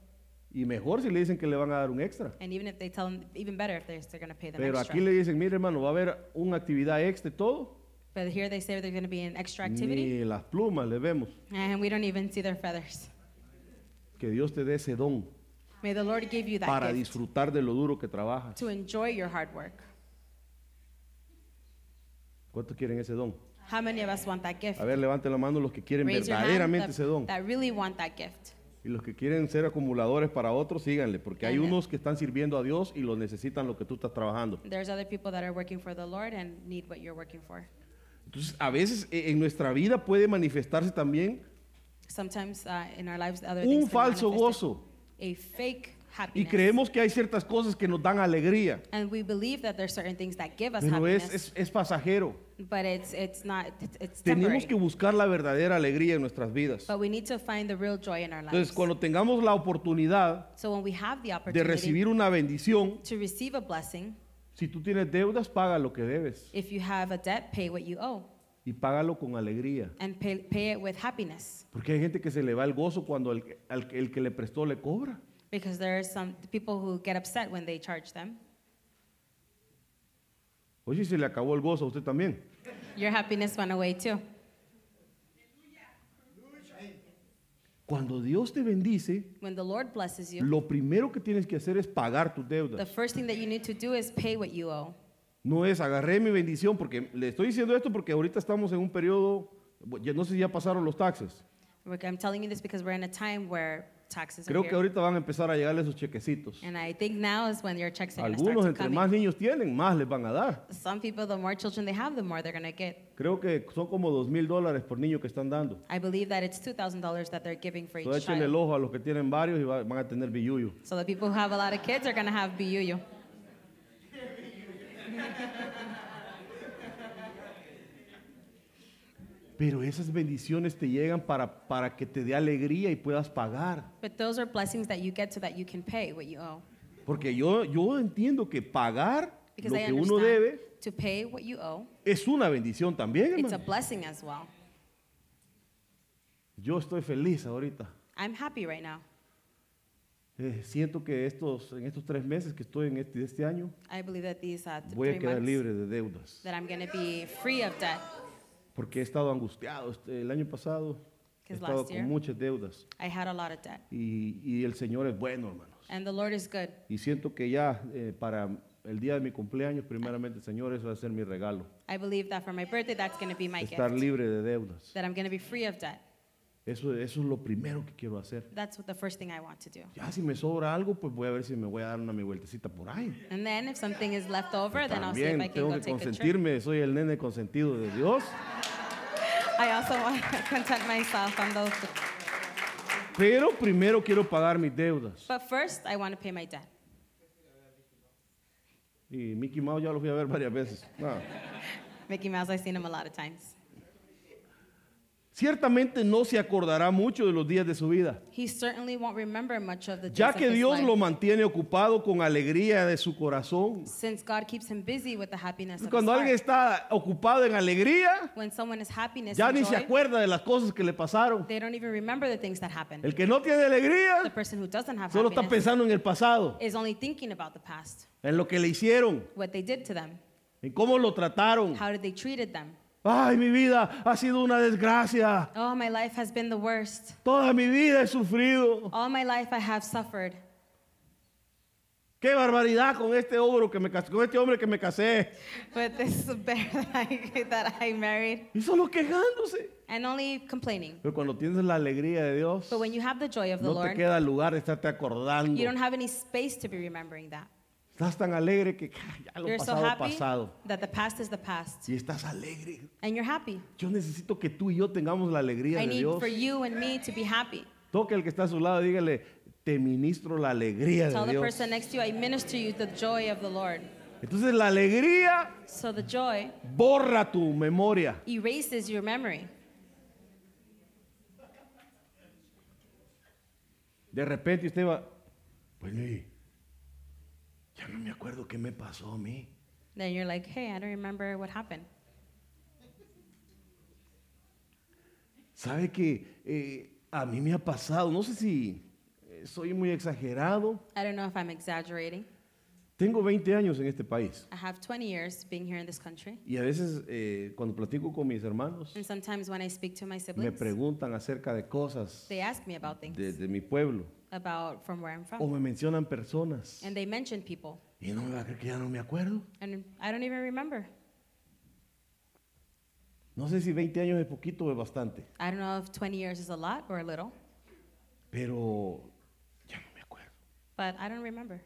A: y mejor si le dicen que le van a dar un extra.
B: And even if they tell them, even better if they're, they're going to pay them
A: Pero aquí
B: extra.
A: le dicen, mire hermano, va a haber una actividad extra y todo.
B: But here they say they're going to be in extra activity,
A: Ni las plumas le vemos.
B: and we don't even see their feathers.
A: Que Dios te dé ese don
B: May the Lord give you that
A: para
B: gift
A: disfrutar de lo duro que trabajas.
B: to enjoy your hard work.
A: ¿Cuántos quieren ese don?
B: How many of us want that gift?
A: A ver, levanten la mano los que quieren
B: Raise your hand
A: verdaderamente
B: that-
A: ese don.
B: that really want that gift.
A: Y los que quieren ser acumuladores para otros, síganle, porque hay
B: Amén.
A: unos que están sirviendo a Dios y lo necesitan lo que tú estás trabajando.
B: There's other people that are working for the Lord and need what you're working for.
A: Entonces, a veces e- en nuestra vida puede manifestarse también
B: Sometimes uh, in our lives, other
A: un
B: things can
A: falso
B: manifest it.
A: gozo.
B: a fake
A: Y
B: happiness.
A: creemos que hay ciertas cosas que nos dan alegría,
B: and we believe that there's certain things that give us
A: pero es,
B: happiness,
A: es, es pasajero.
B: but it's it's not it's, it's temporary.
A: Tenemos que buscar la verdadera alegría en nuestras vidas.
B: but we need to find the real joy in our lives.
A: Entonces, cuando tengamos la oportunidad
B: so when we have the
A: de
B: opportunity
A: recibir una bendición,
B: to receive a blessing,
A: si tú tienes deudas, paga lo que debes
B: if you have a debt, pay what you owe
A: y págalo con alegría.
B: and pay, pay it with happiness.
A: Porque hay gente que se le va el gozo cuando el, al- el que le prestó le cobra.
B: Because there are some people who get upset when they charge them.
A: Oye, se le acabó el gozo a usted también.
B: Your happiness went away too.
A: Cuando Dios te bendice,
B: When the Lord blesses you,
A: lo primero que tienes que hacer es pagar tus
B: the
A: deudas.
B: first thing that you need to do is pay what you owe.
A: No es agarré mi bendición, porque le estoy diciendo esto porque ahorita estamos en un periodo, bueno, ya no sé si ya pasaron los taxes.
B: Look, I'm telling you this because we're in a time where taxes are
A: Creo que
B: here.
A: ahorita van a empezar a llegarle esos chequecitos.
B: And I think now is when your checks are going to
A: Algunos
B: start
A: entre
B: to come.
A: más
B: in.
A: niños tienen, más les van a dar.
B: Some people, the more children they have, the more they're going to get.
A: Creo que son como dos mil dólares por niño que están dando.
B: I believe that it's $2,000 that they're giving for
A: Entonces
B: each
A: échenle el
B: child.
A: ojo a los que tienen varios y va- van a tener billuyo.
B: So the people who have a lot of kids are going to have BUU.
A: Pero esas bendiciones te llegan para, para que te dé alegría y puedas pagar.
B: But those are blessings that you get so that you can pay what you owe.
A: Porque yo, yo entiendo que pagar
B: Because
A: lo
B: I
A: que
B: understand
A: uno debe
B: to pay what you owe,
A: es una bendición también,
B: it's a
A: hermano.
B: blessing as well.
A: Yo estoy feliz ahorita.
B: I'm happy right now.
A: Eh, siento que estos, en estos tres meses que estoy en este, de este año
B: I believe that these uh, th-
A: voy a
B: three
A: quedar
B: months
A: libre de deudas.
B: that I'm going to be free of debt.
A: Porque he estado angustiado este- el año pasado. He
B: 'Cause
A: estado
B: last
A: con
B: year-
A: muchas deudas.
B: I had a lot of debt.
A: Y, y el Señor es bueno, hermanos.
B: And the Lord is good.
A: Y siento que ya eh, para el día de mi cumpleaños, primeramente, Señor, eso va a ser mi regalo.
B: I believe that for my birthday, that's going to be my
A: Estar
B: gift.
A: libre de deudas.
B: that I'm going to be free of debt.
A: Eso, eso es lo primero que quiero hacer.
B: That's what the first thing I want to do.
A: Ya si me sobra algo, pues voy a ver si me voy a dar una mi vueltecita por ahí.
B: And then if something is left over, then I'll see if I can
A: También tengo
B: go
A: que
B: take a trip.
A: consentirme, soy el nene consentido de Dios.
B: I also want to content myself on those.
A: Pero primero quiero pagar mis deudas.
B: But first, I want to pay my debt.
A: Y Mickey Mouse ya lo fui a ver varias veces. Ah.
B: Mickey Mouse, I've seen him a lot of times.
A: ciertamente no se acordará mucho de los días de su vida,
B: He certainly won't remember much of the days
A: ya
B: of
A: que
B: his
A: Dios
B: life,
A: lo mantiene ocupado con alegría de su corazón.
B: since God keeps him busy with the happiness of his
A: Cuando alguien
B: heart.
A: está ocupado en alegría,
B: When someone is happiness
A: ya
B: and
A: ni se
B: joy,
A: acuerda de las cosas que le pasaron.
B: they don't even remember the things that happened.
A: El que no tiene
B: The
A: alegría
B: person who doesn't have
A: solo está
B: happiness
A: pensando en el pasado,
B: is only thinking about the past,
A: en lo que le hicieron,
B: what they did to them,
A: en cómo lo trataron.
B: how did they treated them.
A: Ay, mi vida ha sido una desgracia.
B: Oh, my life has been the worst.
A: Toda mi vida he sufrido.
B: All my life I have suffered.
A: Qué barbaridad con este ogro que me cas- con este hombre que me casé.
B: But this bear that I, that I married,
A: Y solo quejándose.
B: and only complaining.
A: Pero cuando tienes la alegría de Dios,
B: But when you have the joy of the
A: no te
B: Lord,
A: queda lugar de estarte acordando.
B: you don't have any space to be remembering that.
A: Estás tan alegre que ah, ya lo
B: You're so
A: pasado
B: happy
A: pasado.
B: that the past is the past,
A: Y estás alegre.
B: and you're happy.
A: Yo necesito que tú y yo tengamos la alegría
B: I
A: de
B: need
A: Dios.
B: for you and me to be happy.
A: Toque al que está a su lado y dígale, te ministro la alegría
B: Tell
A: de
B: the
A: Dios.
B: person next to you, I minister you the joy of the Lord.
A: Entonces la alegría
B: So the joy
A: borra tu memoria.
B: erases your memory.
A: De repente usted va, pues sí, ya no me acuerdo qué me pasó a mí.
B: Then you're like, hey, I don't remember what happened.
A: Sabe que eh, a mí me ha pasado, no sé si eh, soy muy exagerado.
B: I don't know if I'm exaggerating.
A: Tengo 20 años en este país
B: I have 20 years being here in this country.
A: y a veces eh, cuando platico con mis hermanos
B: And sometimes when I speak to my
A: me
B: siblings,
A: preguntan acerca de cosas
B: they ask me about things,
A: de, de mi pueblo
B: about from where I'm
A: o
B: from.
A: me mencionan personas
B: And they mention people.
A: y no me va a creer que ya no me acuerdo.
B: And I don't even remember.
A: No sé si 20 años es poquito o es bastante,
B: I don't know if 20 years is a lot or a little,
A: pero ya no me acuerdo.
B: but I don't remember.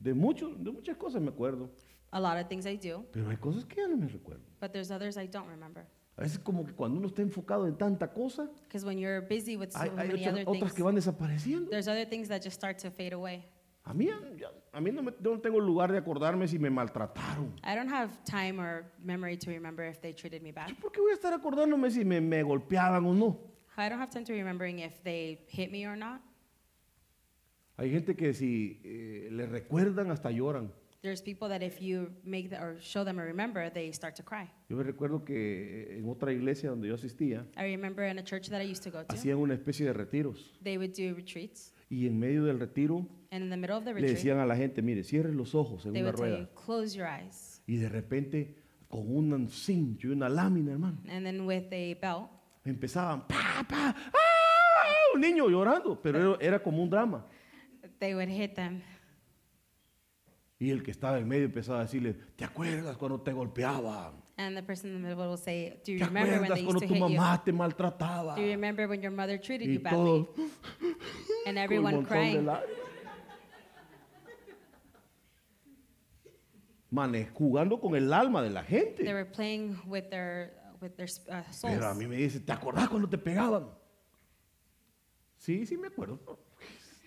A: De, mucho, de muchas cosas me acuerdo,
B: A lot of things I do,
A: pero hay cosas que ya no me recuerdo.
B: but there's others I don't remember.
A: A veces como que cuando uno está enfocado en tanta cosa,
B: Because when you're busy with so
A: hay, hay
B: many
A: otras,
B: other
A: otras
B: things,
A: que van desapareciendo.
B: there's other things that just start to fade away.
A: A mí, ya- ya- a mí no, me- yo no tengo lugar de acordarme si me maltrataron.
B: I don't have time or memory to remember if they treated me bad.
A: ¿Yo por qué voy a estar acordándome si me, me golpeaban o no?
B: I don't have time to remembering if they hit me or not.
A: Hay gente que si eh, le recuerdan hasta lloran.
B: There's people that if you make the, or show them a remember, they start to cry.
A: Yo me recuerdo que eh, en otra iglesia donde yo asistía,
B: I remember in a church that I used to go to,
A: hacían una especie de retiros.
B: they would do retreats,
A: Y en medio del retiro
B: and in the middle of the
A: le
B: retreat,
A: decían a la gente, mire, cierre los ojos en
B: they
A: una
B: would tell you,
A: rueda.
B: "Close your eyes,"
A: Y de repente, con un cincho y una lámina, hermano,
B: and then with a belt,
A: empezaban, pa, pa, ¡ah! un niño llorando, pero era- era como un drama.
B: they would hit them.
A: Y el que estaba en medio empezaba a decirle, ¿te acuerdas cuando te golpeaban?
B: And the person in the middle will say, "Do
A: ¿Te
B: you remember when
A: acuerdas
B: they used
A: cuando
B: to
A: tu
B: hit you?
A: mamá te maltrataba?
B: Do you remember when your mother treated
A: Y
B: you badly?"
A: todo
B: And
A: con un
B: everyone
A: montón de
B: crying,
A: lágrimas. Mane- jugando con el alma de la
B: they
A: gente.
B: were playing with their with their uh, souls.
A: Pero a mí me dice, ¿te acordás cuando te pegaban? Sí, sí me acuerdo.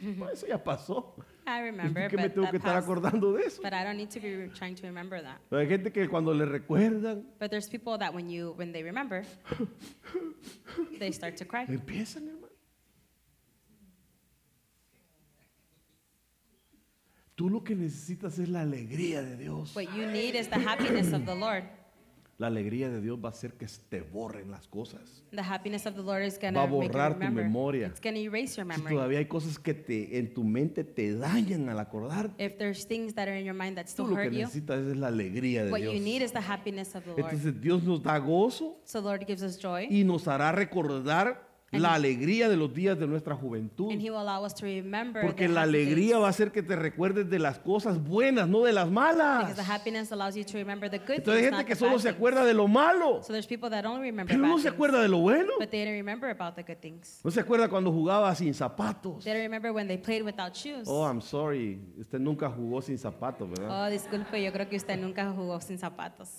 A: No, Eso ya pasó.
B: I remember,
A: ¿Qué me
B: but
A: tengo
B: that
A: que estar
B: passed.
A: acordando de eso?
B: But I don't need to be trying to remember that.
A: Pero hay gente que cuando le recuerdan,
B: But there's people that when you when they remember, they start to cry.
A: Empiezan, hermano. Tú lo que necesitas es la alegría de Dios.
B: What you need is the happiness of the Lord.
A: La alegría de Dios va a hacer que te borren las cosas.
B: The happiness of the Lord is
A: Va
B: gonna
A: a
B: make you
A: borrar tu
B: remember.
A: memoria.
B: It's gonna erase your
A: Si
B: memory.
A: todavía hay cosas que te, en tu mente te dañan al acordarte,
B: If there's things that are in your mind that
A: tú
B: still
A: lo que
B: hurt you,
A: necesitas es la alegría de
B: what you
A: Dios.
B: need is the happiness of the Lord.
A: Entonces Dios nos da gozo
B: So the Lord gives us joy,
A: y nos hará recordar la alegría de los días de nuestra juventud.
B: and He will allow us to remember.
A: Porque
B: the
A: la
B: happy days.
A: alegría va a hacer que te recuerdes de las cosas buenas, no de las
B: Because the
A: malas.
B: happiness allows you to remember the good
A: Entonces
B: things,
A: hay
B: not
A: gente que
B: the bad
A: solo se
B: things.
A: acuerda de lo malo,
B: So there's people that only remember
A: pero
B: bad
A: no se
B: things,
A: acuerda de lo bueno.
B: but they don't remember about the good things.
A: No se acuerda cuando jugaba sin zapatos.
B: They don't remember when they played without shoes.
A: Oh, I'm sorry, usted nunca jugó sin zapatos, ¿verdad?
B: Oh, disculpe, yo creo que usted nunca jugó sin zapatos.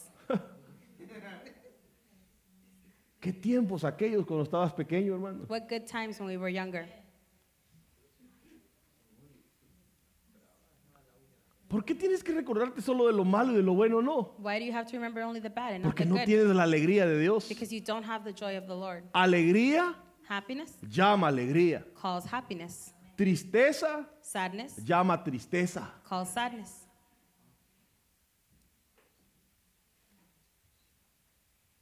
A: ¿Qué tiempos aquellos cuando estabas pequeño, hermano?
B: What good times when we were younger.
A: ¿Por qué tienes que recordarte solo de lo malo y de lo bueno? No.
B: Why do you have to remember only the bad and not
A: Porque
B: the
A: no
B: good?
A: tienes la alegría de Dios.
B: Because you don't have the joy of the Lord.
A: Alegría
B: Happiness
A: llama alegría.
B: calls happiness.
A: Tristeza
B: Sadness
A: llama tristeza.
B: calls sadness.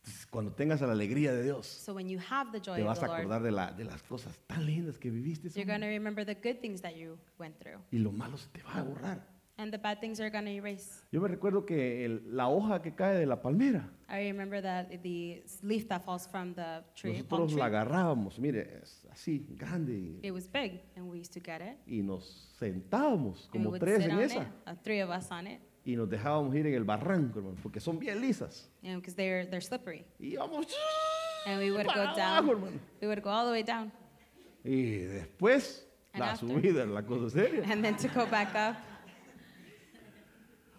A: Entonces, Cuando tengas la alegría de Dios,
B: So when you have the joy
A: te
B: of
A: vas
B: the
A: a
B: Lord,
A: acordar de, la- de las cosas tan lindas que viviste
B: you're
A: hombre,
B: going to remember the good things that you went through.
A: y lo malo se te va a borrar.
B: And the bad things are going to erase.
A: Yo me recuerdo que el- la hoja que cae de la palmera,
B: I remember that the leaf that falls from the tree, palm
A: nosotros la
B: tree
A: agarrábamos, mire, es así, grande, y,
B: it was big and we used to get it.
A: y nos sentábamos
B: And we
A: como
B: would
A: tres
B: sit
A: en
B: on it,
A: esa
B: uh, three of us on it,
A: y nos dejábamos ir en el barranco, hermano, porque son bien lisas.
B: because they're, they're slippery.
A: Y íbamos
B: And we would
A: para
B: go
A: abajo, hermano.
B: down. We would go all the way down.
A: Y después,
B: And
A: la
B: after.
A: subida, la cosa seria.
B: And then to go back up,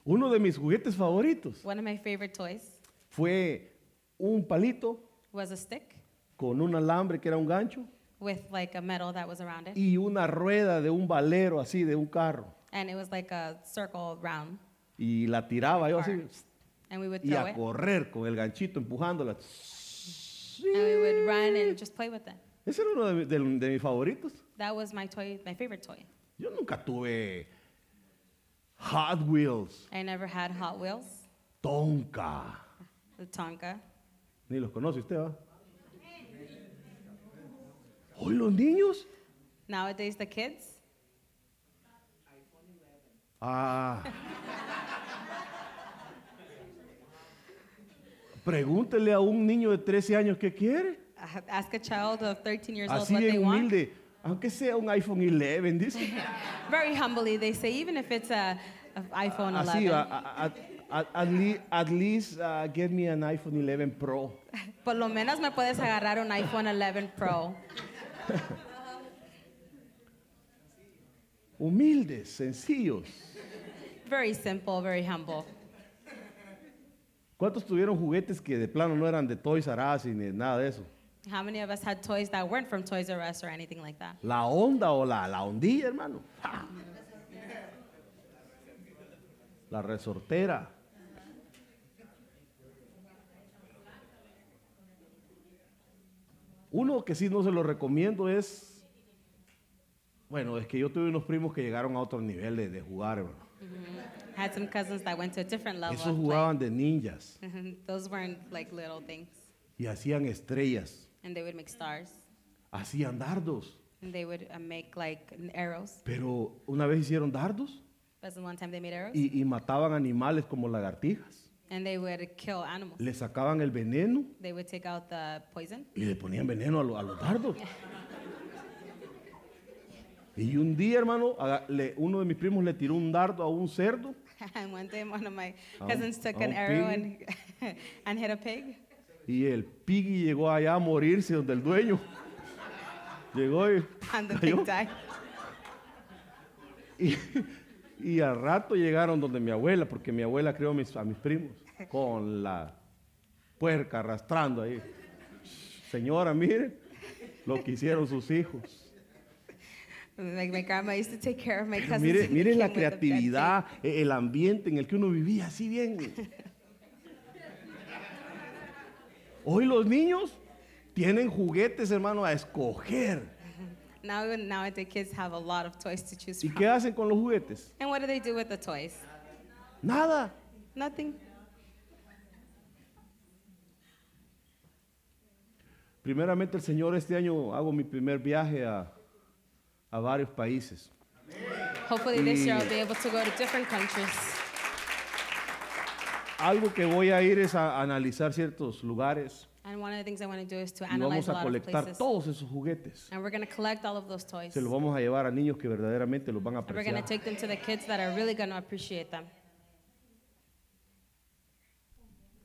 A: Uno de mis juguetes favoritos
B: one of my favorite toys
A: fue un palito
B: was a stick
A: con un alambre que era un gancho
B: with like a metal that was around it.
A: y una rueda de un balero así, de un carro.
B: And it was like a circle round.
A: Y la tiraba yo así
B: Car. And we would
A: y
B: throw
A: a
B: it.
A: correr con el ganchito empujándola.
B: And we would run and just play with it.
A: Ese era uno de, mi- de- de mis favoritos.
B: That was my toy, my favorite toy.
A: Yo nunca tuve Hot Wheels,
B: I never had Hot Wheels,
A: Tonka.
B: the Tonka.
A: Ni los conoce usted, ¿va? Hoy los niños.
B: Nowadays, the kids,
A: Ah. Pregúntele a un niño de 13 años qué quiere.
B: uh, ask a child of 13 years old
A: Así
B: what
A: bien
B: they want.
A: humilde. Aunque sea un iPhone 11, dice.
B: Very humbly, they say, even if it's a, a iPhone
A: Así,
B: 11,
A: a- a- a- a- at, le- at least uh, get me an iPhone 11 Pro.
B: por lo menos me puedes agarrar un iPhone 11 Pro.
A: Humildes, sencillos.
B: Very simple, very humble.
A: ¿Cuántos tuvieron juguetes que de plano no eran de Toys R Us y ni nada de eso?
B: How many of us had toys that weren't from Toys R Us or anything like that?
A: La onda o la, la ondilla, hermano. ¡Ja! La resortera. Uno que sí no se lo recomiendo es. Bueno, es que yo tuve unos primos que llegaron a otro nivel de, de jugar, hermano.
B: I had some cousins that went to a different level.
A: Esos
B: of play.
A: jugaban de ninjas
B: Those weren't like little things.
A: y hacían estrellas,
B: And they would make stars.
A: hacían dardos.
B: And they would uh, make like arrows.
A: Pero una vez hicieron dardos
B: That's the one time they made arrows.
A: y, y mataban animales como lagartijas.
B: And they would kill animals.
A: Le sacaban el veneno
B: They would take out the poison.
A: y le ponían veneno a, lo- a los dardos. Y un día, hermano, aga- le- uno de mis primos le tiró un dardo a un cerdo
B: and one day one of my
A: A un-
B: cousins took
A: a
B: an
A: un
B: arrow and,
A: Oh, pig.
B: and hit a pig.
A: y el piggy llegó allá a morirse donde el dueño. Llegó y,
B: And the
A: cayó.
B: pig died.
A: Y, y al rato llegaron donde mi abuela, porque mi abuela crió a mis, a mis primos, con la puerca arrastrando ahí. Señora, mire lo que hicieron sus hijos.
B: Like my grandma used to take care of my
A: Pero
B: cousins.
A: mire,
B: who
A: mire la
B: came with a bad thing.
A: creatividad, e- el ambiente en el que uno vivía, así bien. Hoy los niños tienen juguetes, hermano, a escoger.
B: Now, nowadays, kids have a lot of toys to choose
A: ¿Y
B: from.
A: qué hacen con los juguetes?
B: And what do they do with the toys?
A: Nada.
B: Nothing.
A: Primeramente el Señor, este año hago mi primer viaje a, a varios países.
B: Hopefully, this year
A: Y-
B: I'll be able to go to different countries.
A: Algo que voy a ir es a analizar ciertos lugares
B: And one of the things I want to do is to
A: y
B: analyze
A: vamos
B: a
A: a
B: lot of
A: colectar
B: places.
A: todos esos juguetes.
B: And we're going to collect all of those toys.
A: Se los vamos a llevar a niños que verdaderamente los van a
B: And we're going to
A: apreciar.
B: take them to the kids that are really going to appreciate them.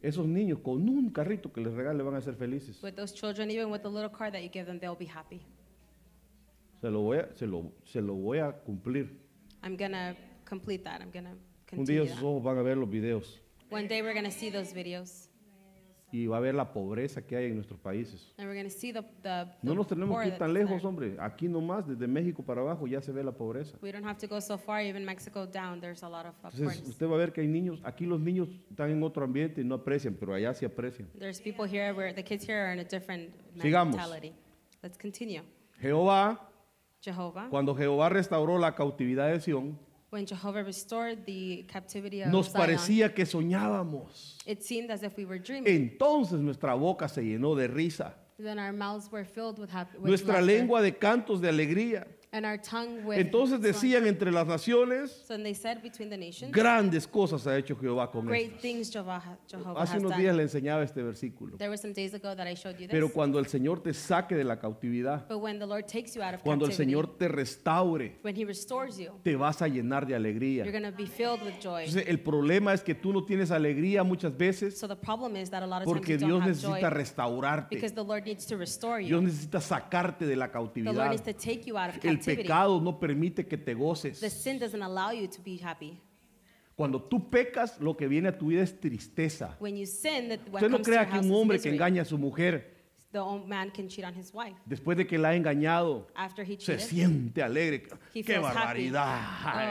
A: Esos niños con un carrito que les regale van a ser felices.
B: With those children, even with the little card that you give them, they'll be happy.
A: Se lo voy a, se lo, se lo voy a cumplir.
B: I'm going to complete that. I'm going to
A: Un día
B: continue
A: sus
B: that.
A: ojos van a ver los videos
B: One day, we're going to see those videos.
A: y va a ver la pobreza que hay en nuestros países.
B: And we're going to see the, the, the
A: No nos tenemos
B: poor
A: que ir tan
B: that's
A: lejos,
B: there.
A: hombre. Aquí nomás, desde México para abajo, ya se ve la pobreza.
B: We don't have to go so far, even Mexico down, there's a lot of uh,
A: Entonces,
B: poorness.
A: usted va a ver que hay niños, aquí los niños están en otro ambiente y no aprecian, pero allá sí aprecian.
B: There's people here where the kids here are in a different
A: Sigamos.
B: mentality. Let's continue.
A: Jehová,
B: Jehovah,
A: cuando Jehová restauró la cautividad de Sión,
B: when Jehovah restored the captivity of
A: nos
B: Zion,
A: parecía que soñábamos.
B: it seemed as if we were dreaming.
A: Entonces nuestra boca se llenó de risa,
B: Then our mouths were filled with happy with
A: nuestra
B: laughter,
A: lengua de cantos de alegría.
B: and our tongue with
A: Entonces
B: song.
A: decían entre las naciones,
B: So they said between the nations,
A: grandes cosas ha hecho Jehová con
B: great
A: esto.
B: things Jehovah, ha- Jehovah
A: Hace
B: has
A: unos
B: done.
A: días le enseñaba este versículo.
B: There were some days ago that I showed you this.
A: Pero cuando el Señor te saque de la cautividad,
B: but when the Lord takes you out of
A: cuando el
B: captivity,
A: Señor te restaure,
B: when He restores you,
A: te vas a llenar de
B: you're
A: alegría.
B: going to be filled with joy.
A: Entonces, el problema es que tú no tienes alegría muchas veces
B: So the problem is that a lot of times you
A: porque
B: don't
A: Dios
B: have joy
A: necesita
B: because
A: restaurarte.
B: the Lord needs to restore you.
A: Dios necesita sacarte de la
B: the Lord
A: cautividad.
B: needs to take you out of captivity.
A: El pecado no permite que
B: The
A: te goces.
B: sin doesn't allow you to be happy.
A: Cuando tú pecas, lo que viene a tu vida es tristeza.
B: When you sin, that what
A: Usted no
B: comes to your
A: crea que
B: house
A: un
B: is
A: hombre que
B: misery.
A: engaña a su mujer,
B: The old man can cheat on his wife
A: después de que la ha engañado,
B: after he
A: se
B: cheated.
A: siente alegre.
B: He
A: ¡Qué
B: feels happy.
A: barbaridad!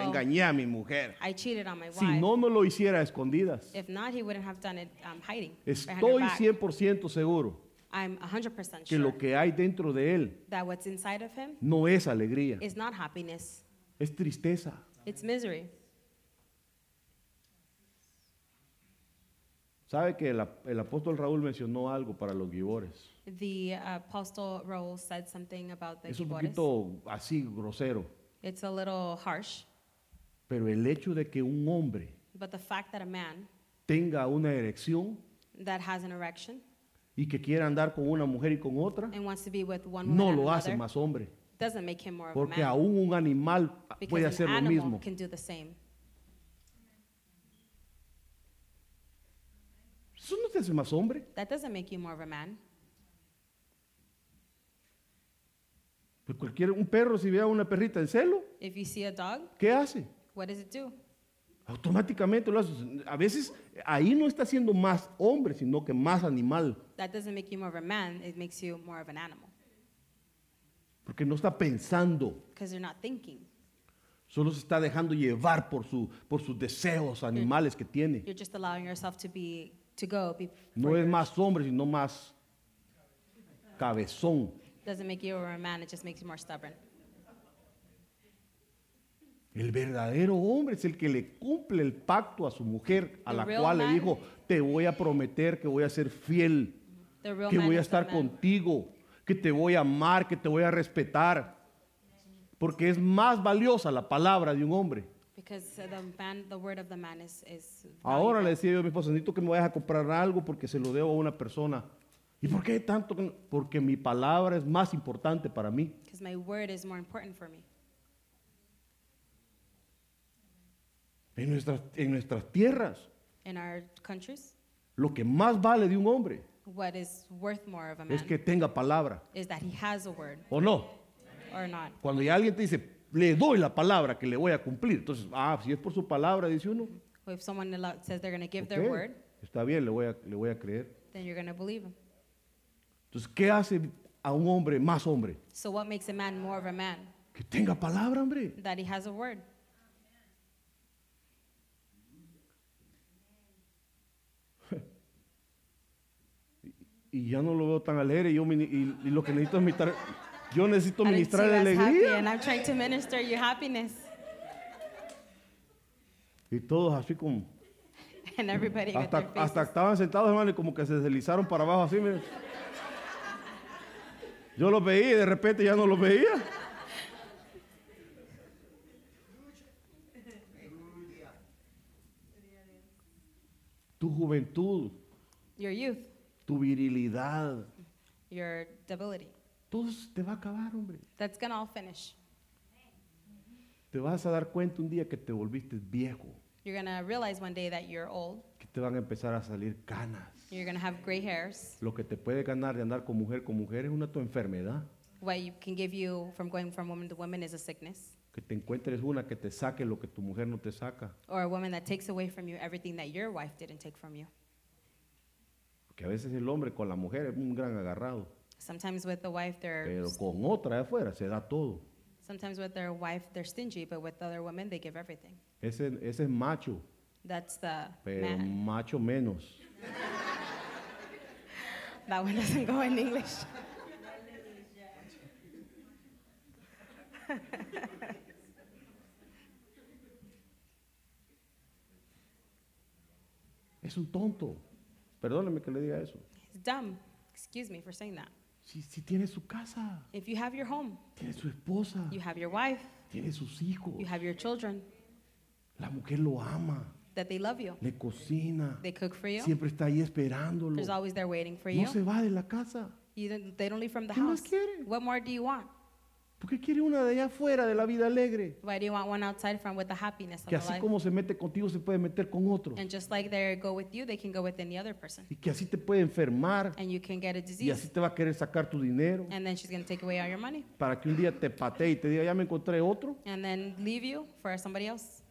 B: Oh.
A: Engañé a mi mujer.
B: I cheated on my wife.
A: Si no, no lo hiciera a escondidas.
B: if not, he wouldn't have done it um, hiding. behind her
A: Estoy
B: back.
A: 100% seguro
B: I'm 100%
A: que
B: sure
A: lo que hay dentro de él
B: that what's inside of him
A: no es alegría,
B: is not happiness,
A: es tristeza.
B: it's misery.
A: ¿Sabe que el, ap- el apóstol Raúl mencionó algo para los gibores?
B: The uh, apostle Raul said something about the
A: Es un
B: Gibores.
A: poquito así grosero,
B: It's a little harsh,
A: pero el hecho de que un hombre
B: but the fact that a man
A: tenga una erección
B: that has an erection
A: y que quiera andar con una mujer y con otra,
B: and wants to be with one woman
A: no
B: and
A: lo hace
B: another
A: más hombre,
B: doesn't make him more of a
A: porque
B: man
A: aún un animal puede
B: because
A: hacer
B: an
A: lo
B: animal
A: mismo.
B: can do the same.
A: Eso no te hace más hombre,
B: That doesn't make you more of a man.
A: Pues cualquier, un perro si ve a una perrita en celo,
B: If you see a dog,
A: ¿qué hace?
B: what does it do?
A: Automáticamente lo haces. A veces ahí no está siendo más hombre, sino que más animal,
B: That doesn't make you more of a man. It makes you more of an animal
A: porque no está pensando,
B: because you're not thinking.
A: solo se está dejando llevar por, su, por sus deseos animales que tiene.
B: You're just allowing yourself to be to go. Be,
A: No es más hombre, sino más cabezón.
B: doesn't make you more a man. It just makes you more stubborn.
A: El verdadero hombre es el que le cumple el pacto a su mujer, a
B: The
A: la
B: real
A: cual le
B: man-
A: dijo, te voy a prometer que voy a ser fiel,
B: The real
A: que
B: man
A: voy a
B: is the
A: estar
B: man.
A: contigo, que te voy a amar, que te voy a respetar. Porque es más valiosa la palabra de un hombre.
B: Because uh, the man, the word of the man is is.
A: Ahora
B: valuable.
A: le decía yo a mi esposa, necesito que me vayas a comprar algo porque se lo debo a una persona. ¿Y por qué tanto? que no? Porque mi palabra es más importante para mí.
B: Because my word is more important for me.
A: En nuestras, en nuestras tierras,
B: In our countries,
A: lo que más vale de un hombre
B: what is worth more of a man
A: es que tenga palabra.
B: is that he has a word
A: ¿O no?
B: or not.
A: Cuando ya alguien te dice, le doy la palabra que le voy a cumplir. Entonces, ah, si es por su palabra, dice uno.
B: If someone allo- says they're going to give
A: ok,
B: their word,
A: Está bien, le voy, a, le voy a creer.
B: then you're going to believe him.
A: Entonces, ¿qué hace a un hombre más hombre?
B: So what makes a man more of a man?
A: Que tenga palabra, hombre.
B: That he has a word.
A: Y ya no lo veo tan alegre. Yo, mini- y, y lo que necesito es ministrar. Yo necesito
B: I don't
A: ministrar
B: see
A: la
B: you as happy, and
A: alegría.
B: I'm trying to minister your happiness.
A: Y todos así como.
B: And everybody got
A: Hasta,
B: their faces.
A: hasta estaban sentados, hermano, y como que se deslizaron para abajo así, miren. Yo los veía y de repente ya no los veía. Tu juventud,
B: your youth,
A: tu virilidad,
B: your debility.
A: todo eso te va a acabar, hombre.
B: That's going to all finish.
A: Te vas a dar cuenta un día que te volviste viejo,
B: You're going to realize one day that you're old.
A: que te van a empezar a salir canas.
B: You're going to have gray hairs.
A: Lo que te puede ganar de andar con mujer con mujer es una tu enfermedad.
B: What you can give you from going from woman to woman is a sickness.
A: Que te encuentres una que te saque lo que tu mujer no te saca.
B: Or a woman that takes away from you everything that your wife didn't take from you.
A: Ok, Porque a veces el hombre con la mujer es un gran agarrado.
B: Sometimes with the wife, they're
A: Pero con otra de afuera se da todo.
B: sometimes with their wife they're stingy, but with other women they give everything.
A: Ese, ese es macho,
B: That's the
A: pero
B: man.
A: macho menos.
B: That one doesn't go in English.
A: Es un tonto. Perdóname que le diga eso.
B: It's dumb. Excuse me for saying that.
A: Si, si tiene su casa,
B: If you have your home,
A: tiene su esposa,
B: you have your wife,
A: tiene sus hijos.
B: you have your children,
A: La mujer lo ama,
B: that they love you.
A: le cocina,
B: They cook for you.
A: siempre está ahí esperándolo.
B: There's always there waiting for
A: No se
B: you.
A: va de la casa.
B: you don't, they don't leave from the
A: ¿Qué más
B: house.
A: quiere?
B: What more do you want?
A: ¿Por qué quiere una de allá afuera de la vida alegre?
B: Why do you want one outside from with the happiness of the
A: Que así
B: life?
A: como se mete contigo se puede meter con otro.
B: And just like they go with you, they can go with any other person.
A: Y que así te puede enfermar
B: And you can get a
A: y
B: disease.
A: así te va a querer sacar tu dinero
B: And then she's going to take away all your money.
A: para que un día te patee y te diga, ya me encontré otro.
B: And then leave you for somebody else.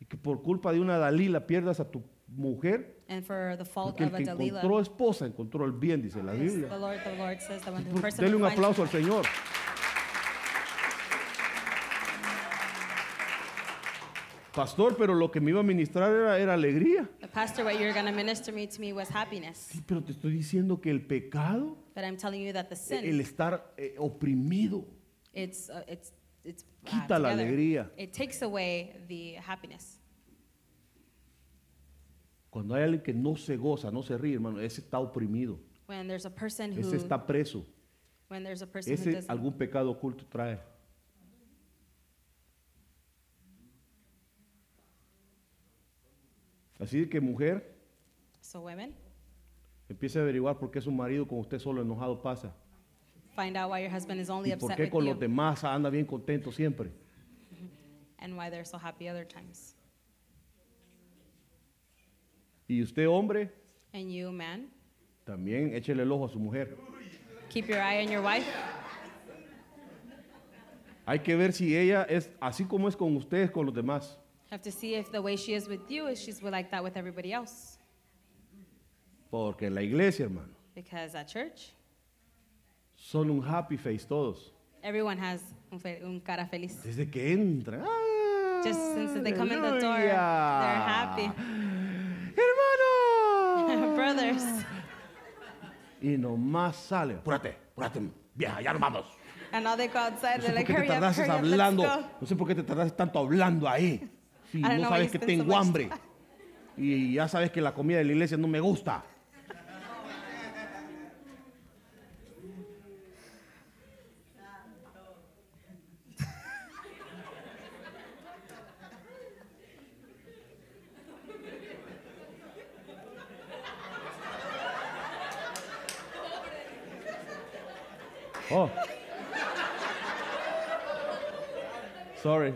A: Y que por culpa de una Dalila pierdas a tu mujer.
B: And for the fault
A: Porque
B: of
A: el
B: a
A: que
B: Dalila.
A: encontró esposa encontró el bien, dice la
B: Yes, The
A: Biblia.
B: Lord, the Lord says that when the
A: Por-
B: person
A: Dele un
B: finds-
A: aplauso al Señor. Pastor, pero lo que me iba a ministrar era, era alegría.
B: The pastor, what you're going to minister me to me was happiness.
A: Sí, pero te estoy diciendo que el pecado,
B: But I'm telling you that the sin,
A: el estar eh, oprimido,
B: it's uh, it's it's uh,
A: Quita la
B: together.
A: alegría.
B: It takes away the happiness.
A: cuando hay alguien que no se goza, no se ríe, hermano, ese está oprimido,
B: When there's a person who
A: ese está preso,
B: when there's a person who
A: ese
B: doesn't
A: algún pecado oculto trae. Así que mujer,
B: so women
A: Empiece a averiguar por qué su marido con usted solo enojado pasa.
B: find out why your husband is only
A: Y por
B: upset
A: qué
B: with
A: con los
B: you
A: demás anda bien contento siempre.
B: and why they're so happy other times.
A: Y usted, hombre,
B: And you, man,
A: también échele el ojo a su mujer.
B: keep your eye on your wife.
A: Hay que ver si ella es así como es con ustedes, con los demás.
B: Have to see if the way she is with you is she's like that with everybody else.
A: Porque en la iglesia, hermano,
B: Because at church,
A: son un happy face todos.
B: everyone has un, fe, un cara feliz.
A: Desde que entran.
B: Just since they come in the door,
A: ¡Aleluya!
B: they're happy.
A: Hermano.
B: Brothers,
A: Y nomás sale. Apúrate, apúrate, vieja, ya nos vamos.
B: and all they go outside,
A: No sé
B: they're
A: por
B: like,
A: qué te
B: hurry up,
A: tardaste
B: hurry up, let's
A: hablando.
B: go.
A: No sé por qué te tardaste tanto hablando ahí. Si
B: I don't
A: no
B: know why you
A: sabes que
B: spend so
A: tengo
B: much
A: hambre.
B: time.
A: Y ya sabes que la comida de la iglesia no me gusta. Oh. Sorry.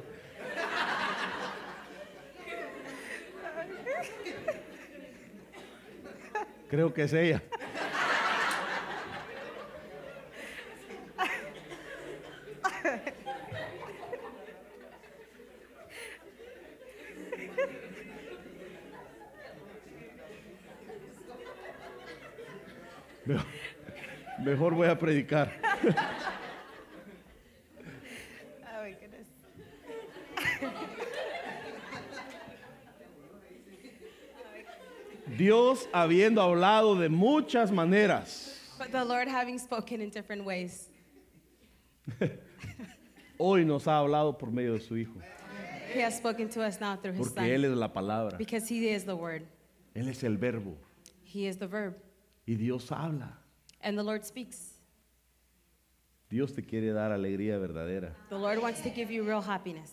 A: Creo que es ella. Mejor- Mejor voy a predicar.
B: Oh my goodness.
A: Dios habiendo hablado de muchas maneras,
B: But the Lord, having spoken in different ways,
A: hoy nos ha hablado por medio de su Hijo,
B: He has spoken to us now through His
A: porque Él
B: Son.
A: es la palabra,
B: Because He is the Word,
A: Él es el verbo,
B: He is the verb.
A: y Dios habla.
B: And the Lord speaks.
A: Dios te quiere dar alegría verdadera.
B: The Lord wants to give you real happiness.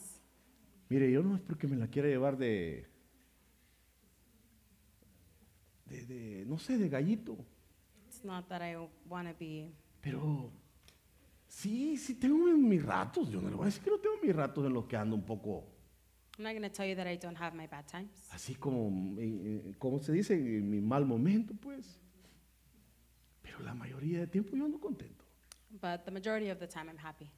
A: Mire, yo no es porque me la quiera llevar de, de, de, no sé, de gallito,
B: It's not that I want to be.
A: pero sí, sí tengo mis, mis ratos, yo no le voy a decir que no tengo mis ratos en los que ando un poco,
B: I'm not going to tell you that I don't have my bad times.
A: así como, eh, eh, como se dice, en mi mal momento, pues. Pero la mayoría de tiempo yo ando contento.
B: But the majority of the time, I'm happy.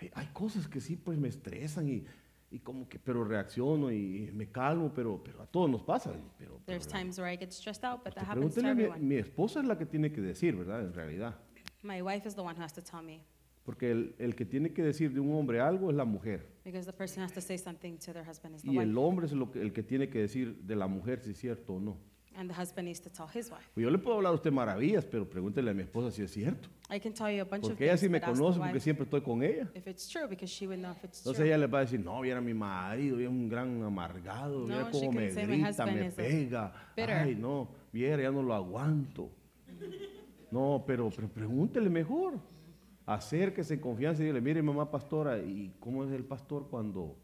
A: Hay, hay cosas que sí, pues me estresan y, y como que, pero reacciono y me calmo, pero, pero a todos nos pasa. Pero, pero
B: There's times where I get stressed out, but that
A: usted
B: happens to
A: pregúntele a mi,
B: everyone.
A: mi esposa es la que tiene que decir, ¿verdad? En realidad.
B: My wife is the one who has to tell me
A: Porque el, el que tiene que decir de un hombre algo es la mujer.
B: because the person has to say something to their husband is the
A: Y
B: wife,
A: el hombre es lo que- el que tiene que decir de la mujer si es cierto o no.
B: and the husband needs to tell his wife.
A: Pues yo le puedo hablar a usted maravillas, pero pregúntele a mi esposa si es cierto.
B: I can tell you a bunch of
A: Porque ella
B: things.
A: sí me
B: but ask the
A: conoce, porque
B: wife
A: siempre estoy con ella.
B: If it's true, because she would know if it's
A: Entonces
B: true.
A: ella les va a decir, no, viera mi marido, viera un gran amargado, viera
B: No, she
A: cómo me
B: can say, "My
A: grita,
B: husband
A: me
B: is a
A: pega,
B: bitter."
A: ay no, viera, ya no lo aguanto. No, pero, pero pregúntele mejor, acérquese en confianza y dile, mire mamá pastora, ¿y cómo es el pastor cuando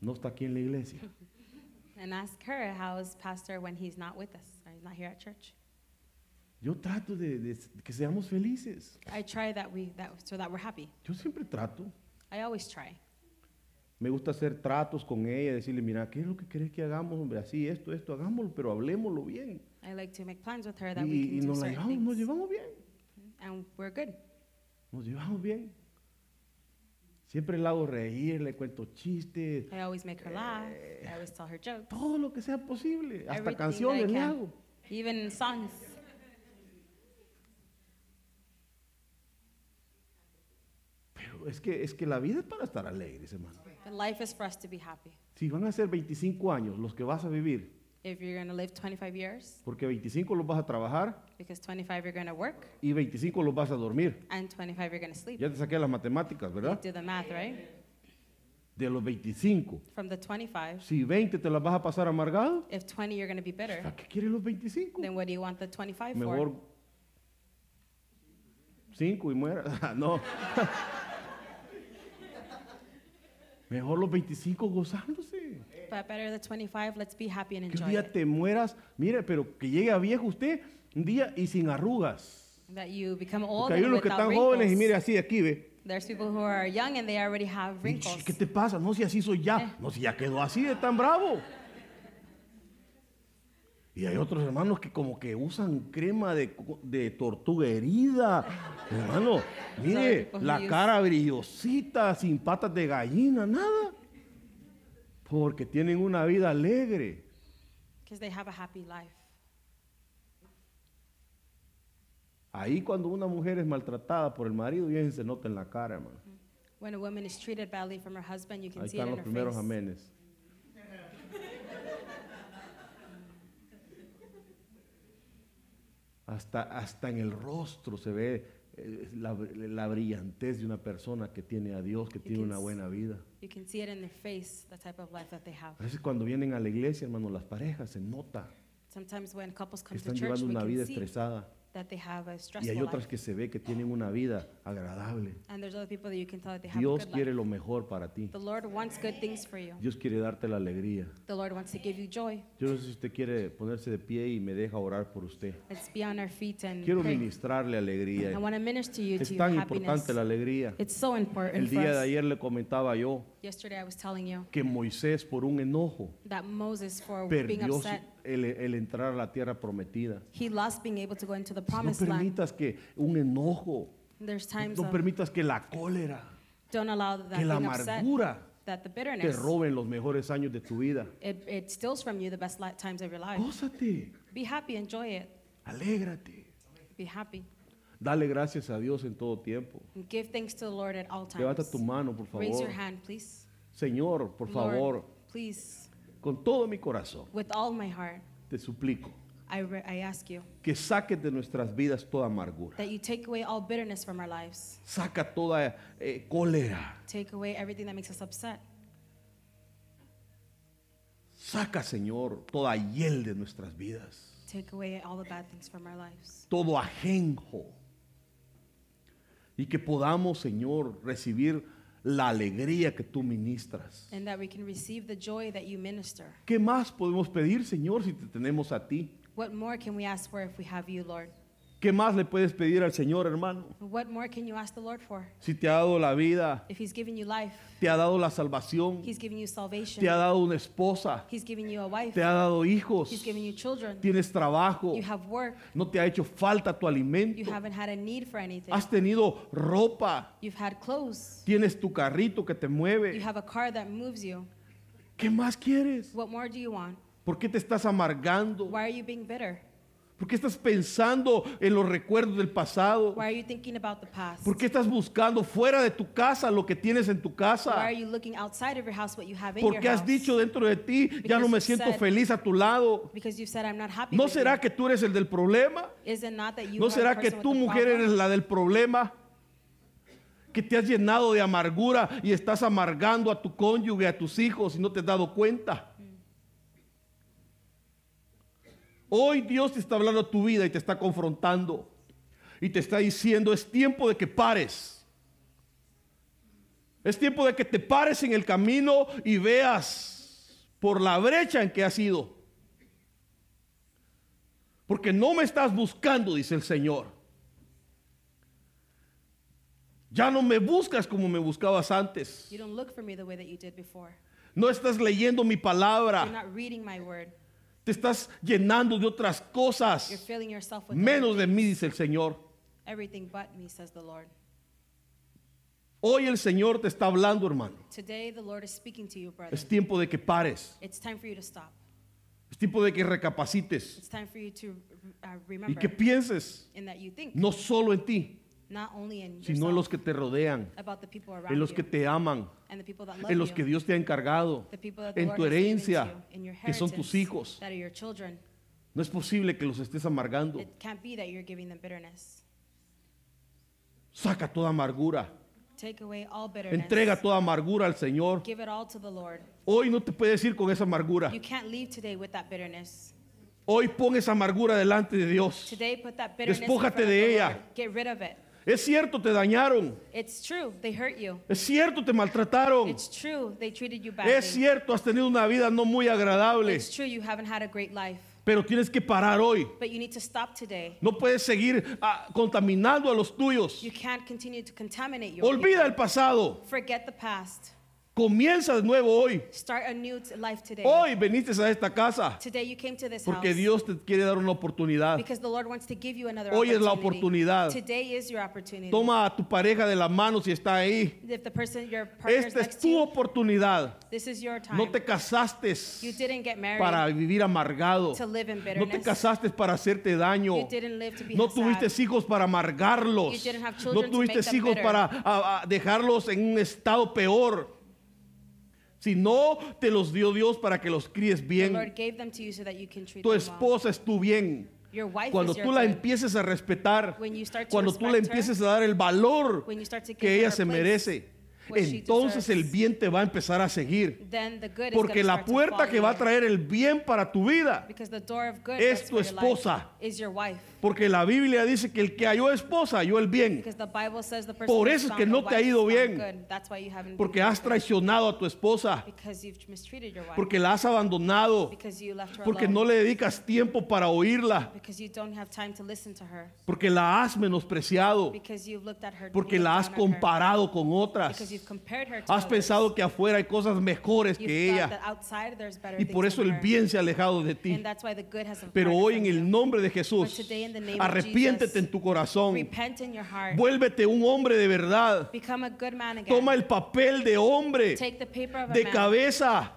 A: no está aquí en la iglesia?
B: And ask her, how is pastor when he's not with us, or he's not here at church?
A: Yo trato de, de que seamos felices,
B: I try that we, that, so that we're happy.
A: yo siempre trato.
B: I always try.
A: Me gusta hacer tratos con ella, decirle, mira, ¿qué es lo que querés que hagamos, hombre? Así, esto, esto, hagámoslo, pero hablemoslo bien.
B: I like to make plans with her that we
A: Y, y
B: can do
A: nos, la
B: certain
A: llevamos, nos
B: things.
A: llevamos bien.
B: And we're good.
A: Nos llevamos bien. Siempre la hago reír, le cuento chistes,
B: I always make her laugh. I always tell her jokes.
A: todo lo que sea posible. Eh, Hasta
B: everything that I
A: canciones le
B: can,
A: hago.
B: Even in songs.
A: Pero es que, es que la vida es para estar alegres, hermano.
B: But life is for us to be happy.
A: Si van a ser 25 años los que vas a vivir,
B: If you're going to live 25 years,
A: porque 25 los vas a trabajar
B: because 25 you're going to work,
A: y 25 los vas a dormir.
B: and 25 you're going to sleep.
A: Ya te saqué las matemáticas, ¿verdad?
B: Do the math, right?
A: De los 25.
B: From the 25,
A: Si 20 te las vas a pasar amargado,
B: if 20 you're going to be bitter,
A: ¿a qué quieres los 25?
B: then what do you want the 25
A: Mejor
B: for?
A: 5 y muera. Ah, no. Mejor los 25 gozándose.
B: But better the 25, let's be happy and
A: Que un
B: enjoy
A: día
B: it.
A: te mueras, mire, pero que llegue a viejo usted un día y sin arrugas.
B: That you become old
A: Porque hay
B: and
A: unos que
B: without
A: están jóvenes y mire
B: wrinkles.
A: así de aquí, ve.
B: There's people who are young and they already have wrinkles.
A: ¿Qué te pasa? No, si así soy ya. No, si ya quedó así de tan bravo. Y hay otros hermanos que como que usan crema de, co- de tortuga herida. Hermano, mire,
B: Sorry,
A: la
B: Dios.
A: cara brillosita, sin patas de gallina, nada. Porque tienen una vida alegre.
B: Because they have a happy life.
A: Ahí cuando una mujer es maltratada por el marido, bien se nota en la cara, hermano.
B: When a woman is treated badly from her husband, you
A: Ahí
B: can see it
A: están
B: in
A: los
B: her
A: primeros
B: face.
A: amenes. Hasta, hasta en el rostro se ve eh, la, la brillantez de una persona que tiene a Dios, que tiene
B: can
A: una
B: s-
A: buena vida.
B: You can see it in their face, the type of life that they have.
A: A veces cuando vienen a la iglesia, hermano, las parejas se nota
B: Sometimes when couples
A: que
B: come to
A: están
B: church,
A: llevando
B: we
A: una vida
B: can see
A: estresada.
B: that they have a
A: Y hay
B: stressful
A: otras
B: life.
A: que se ve que tienen una vida agradable.
B: And there's other people that you can tell that they have a
A: Dios
B: good
A: quiere
B: life.
A: lo mejor para ti.
B: The Lord wants good things for you.
A: Dios quiere darte la alegría.
B: The Lord wants to give you joy.
A: Yo no sé si usted quiere ponerse de pie y me deja orar por usted.
B: Let's be on our feet and
A: Quiero
B: pray.
A: ministrarle
B: I
A: alegría.
B: want to minister you to
A: Es
B: your
A: tan
B: happiness.
A: importante la alegría.
B: It's so important
A: El
B: for
A: día de
B: us.
A: ayer le comentaba yo
B: Yesterday I was telling you
A: que Moisés por un enojo
B: that Moses, for being
A: perdió
B: upset,
A: el, el entrar a la tierra prometida.
B: he lost being able to go into the
A: No
B: promised land.
A: permitas que un enojo,
B: There's times
A: no
B: of-
A: permitas que la cólera,
B: don't allow that
A: que la
B: being upset,
A: amargura
B: that the
A: te
B: bitterness,
A: roben los mejores años de tu vida.
B: it, it steals from you the best li- times of your life.
A: Gózate,
B: Be happy, enjoy it.
A: alégrate,
B: Be happy.
A: dale gracias a Dios en todo tiempo.
B: And give thanks to the Lord at all times.
A: Levanta tu mano, por
B: Raise
A: favor.
B: your hand, please.
A: Señor, por
B: Lord,
A: favor,
B: please,
A: con todo mi corazón,
B: with all my heart,
A: te suplico
B: I, re- I ask you
A: que saques de nuestras vidas toda amargura.
B: that you take away all bitterness from our lives.
A: Saca toda eh, cólera.
B: Take away everything that makes us upset.
A: Saca, Señor, toda hiel de nuestras vidas.
B: Take away all the bad things from our lives.
A: Todo ajenjo. Y que podamos, Señor, recibir la alegría que tú ministras.
B: And that we can receive the joy that you minister.
A: ¿Qué más podemos pedir, Señor, si te tenemos a ti?
B: What more can we ask for if we have you, Lord?
A: ¿Qué más le puedes pedir al Señor, hermano?
B: What more can you ask the Lord for?
A: Si te ha dado la vida,
B: If He's given you life,
A: te ha dado la salvación,
B: He's given you
A: te ha
B: salvation,
A: dado una esposa,
B: He's given you a wife,
A: te ha dado hijos,
B: He's given you children,
A: tienes trabajo,
B: you have work,
A: no te ha hecho falta tu
B: you
A: alimento,
B: haven't had a need for anything,
A: has tenido ropa,
B: you've had clothes,
A: tienes tu carrito que te
B: you
A: mueve.
B: have a car that moves you.
A: ¿Qué más quieres?
B: What more do you want?
A: ¿Por qué te estás amargando?
B: Why are you being bitter?
A: ¿Por qué estás pensando en los recuerdos del pasado?
B: Why are you thinking about the past?
A: ¿Por qué estás buscando fuera de tu casa lo que tienes en tu
B: Why
A: casa?
B: are you looking outside of your house what you have in your
A: Porque has
B: house?
A: dicho dentro de ti, ya no
B: Because
A: me
B: you
A: siento
B: said-
A: feliz a tu lado.
B: Because you said I'm not happy.
A: ¿No
B: with
A: será
B: you.
A: que tú eres el del problema?
B: Is it not that you
A: ¿No
B: are the
A: será que
B: person with
A: tú,
B: the
A: mujer,
B: problem?
A: eres la del problema? Que te has llenado de amargura y estás amargando a tu cónyuge, a tus hijos y no te has dado cuenta. Hoy Dios te está hablando a tu vida y te está confrontando. Y te está diciendo, es tiempo de que pares. Es tiempo de que te pares en el camino y veas por la brecha en que has ido. Porque no me estás buscando, dice el Señor. Ya no me buscas como me buscabas antes.
B: You don't look for me the way that you did before.
A: No estás leyendo mi
B: You're
A: palabra.
B: not reading my word.
A: Te estás llenando de otras
B: You're
A: cosas.
B: filling yourself with
A: Menos
B: everything-
A: de mí, dice el Señor.
B: everything but me, says the Lord.
A: Hoy el Señor te está hablando, hermano.
B: Today the Lord is speaking to you, brother.
A: Es tiempo de que pares.
B: It's time for you to stop.
A: Es tiempo de que recapacites.
B: It's time for you to uh,
A: Y
B: remember
A: que pienses
B: in that you think
A: no solo en ti,
B: not only in
A: sino en los
B: yourself,
A: que te rodean,
B: about the people around
A: en los que
B: you
A: te aman,
B: and the people that love
A: en los que
B: you,
A: Dios te ha encargado,
B: the people that the
A: en
B: Lord
A: tu
B: has given to
A: herencia,
B: you, in your
A: que son tus
B: inheritance,
A: hijos.
B: that are your children.
A: No es posible que los estés amargando.
B: It can't be that you're giving them bitterness.
A: Saca toda amargura.
B: Take away all bitterness.
A: Entrega toda amargura al Señor.
B: Give it all to the Lord.
A: Hoy no te puedes ir con esa amargura.
B: You can't leave today with that bitterness.
A: Hoy pon esa amargura delante de Dios.
B: Today put that bitterness in
A: Despójate
B: front of
A: de
B: the
A: ella.
B: Lord. Get rid of it.
A: Es cierto, te dañaron.
B: It's true, they hurt you.
A: Es cierto, te maltrataron.
B: It's true, they treated you badly.
A: Es cierto, has tenido una vida no muy agradable.
B: It's true, you haven't had a great life.
A: Pero tienes que parar hoy.
B: But you need to stop today.
A: No puedes seguir ah, contaminando a los tuyos.
B: You can't continue to contaminate your
A: Olvida el
B: people.
A: pasado.
B: Forget the past.
A: Comienza de nuevo hoy.
B: Start a new t- life today.
A: Hoy viniste a esta casa
B: Today you came to this
A: porque
B: house
A: Dios te quiere dar una oportunidad.
B: because the Lord wants to give you another
A: Hoy es la
B: opportunity.
A: oportunidad.
B: Today is your opportunity.
A: Toma a tu pareja de la mano si está ahí.
B: If the person your partner is
A: Esta
B: next
A: es
B: to
A: tu
B: you,
A: oportunidad.
B: this is your time.
A: No te casaste
B: You didn't get married.
A: para vivir amargado.
B: to live in
A: No te
B: bitterness.
A: casaste para hacerte daño.
B: You didn't live to be
A: No
B: sad.
A: tuviste hijos para amargarlos.
B: You didn't have
A: No
B: children to
A: tuviste
B: make them
A: hijos
B: bitter.
A: para ah, ah, dejarlos en un estado peor. Si no, te los dio Dios para que los críes
B: the Lord
A: bien.
B: gave them to you so that you can treat
A: Tu
B: them well.
A: esposa es tu bien.
B: Your wife
A: Cuando
B: is your
A: tú la
B: good.
A: empieces a respetar,
B: When you start to
A: cuando tú le
B: respect her,
A: empieces a dar el valor
B: when you start to give
A: que
B: her
A: ella
B: her
A: se
B: place,
A: merece,
B: what she
A: entonces
B: deserves.
A: el bien te va a empezar a seguir.
B: Then the good is
A: Porque
B: gonna
A: la
B: start to
A: puerta
B: follow
A: que va a
B: you.
A: traer el bien para tu vida,
B: Because the door of good
A: es
B: that's
A: tu
B: for your life
A: esposa.
B: is your wife.
A: porque la Biblia dice que el que halló esposa halló el bien,
B: Because the Bible says the person
A: Por
B: who's
A: eso es
B: found
A: que
B: a
A: no te ha
B: wife
A: ido
B: is found
A: bien.
B: good. That's why you haven't
A: porque
B: been
A: has
B: good.
A: traicionado a tu esposa,
B: Because you've mistreated your wife.
A: porque la has abandonado,
B: because you left her
A: porque
B: alone.
A: no le dedicas tiempo para oírla,
B: because you don't have time to listen to her.
A: porque la has menospreciado,
B: Because you've looked at her.
A: porque
B: looked
A: la has
B: down on her.
A: comparado con
B: Because
A: otras.
B: you've compared her to others.
A: Has pensado que afuera hay cosas mejores
B: You've
A: que
B: thought
A: ella
B: that outside there's better
A: y por
B: things
A: eso
B: than
A: el
B: her.
A: bien se ha alejado de ti.
B: And that's why the good has
A: Pero
B: departed
A: hoy
B: from
A: en
B: you.
A: el nombre de Jesús,
B: But today in the name of
A: arrepiéntete
B: Jesus,
A: en tu corazón,
B: Repent in your heart.
A: vuélvete un hombre de verdad,
B: Become a good man again.
A: toma el papel de hombre
B: Take the paper of a
A: de
B: man
A: cabeza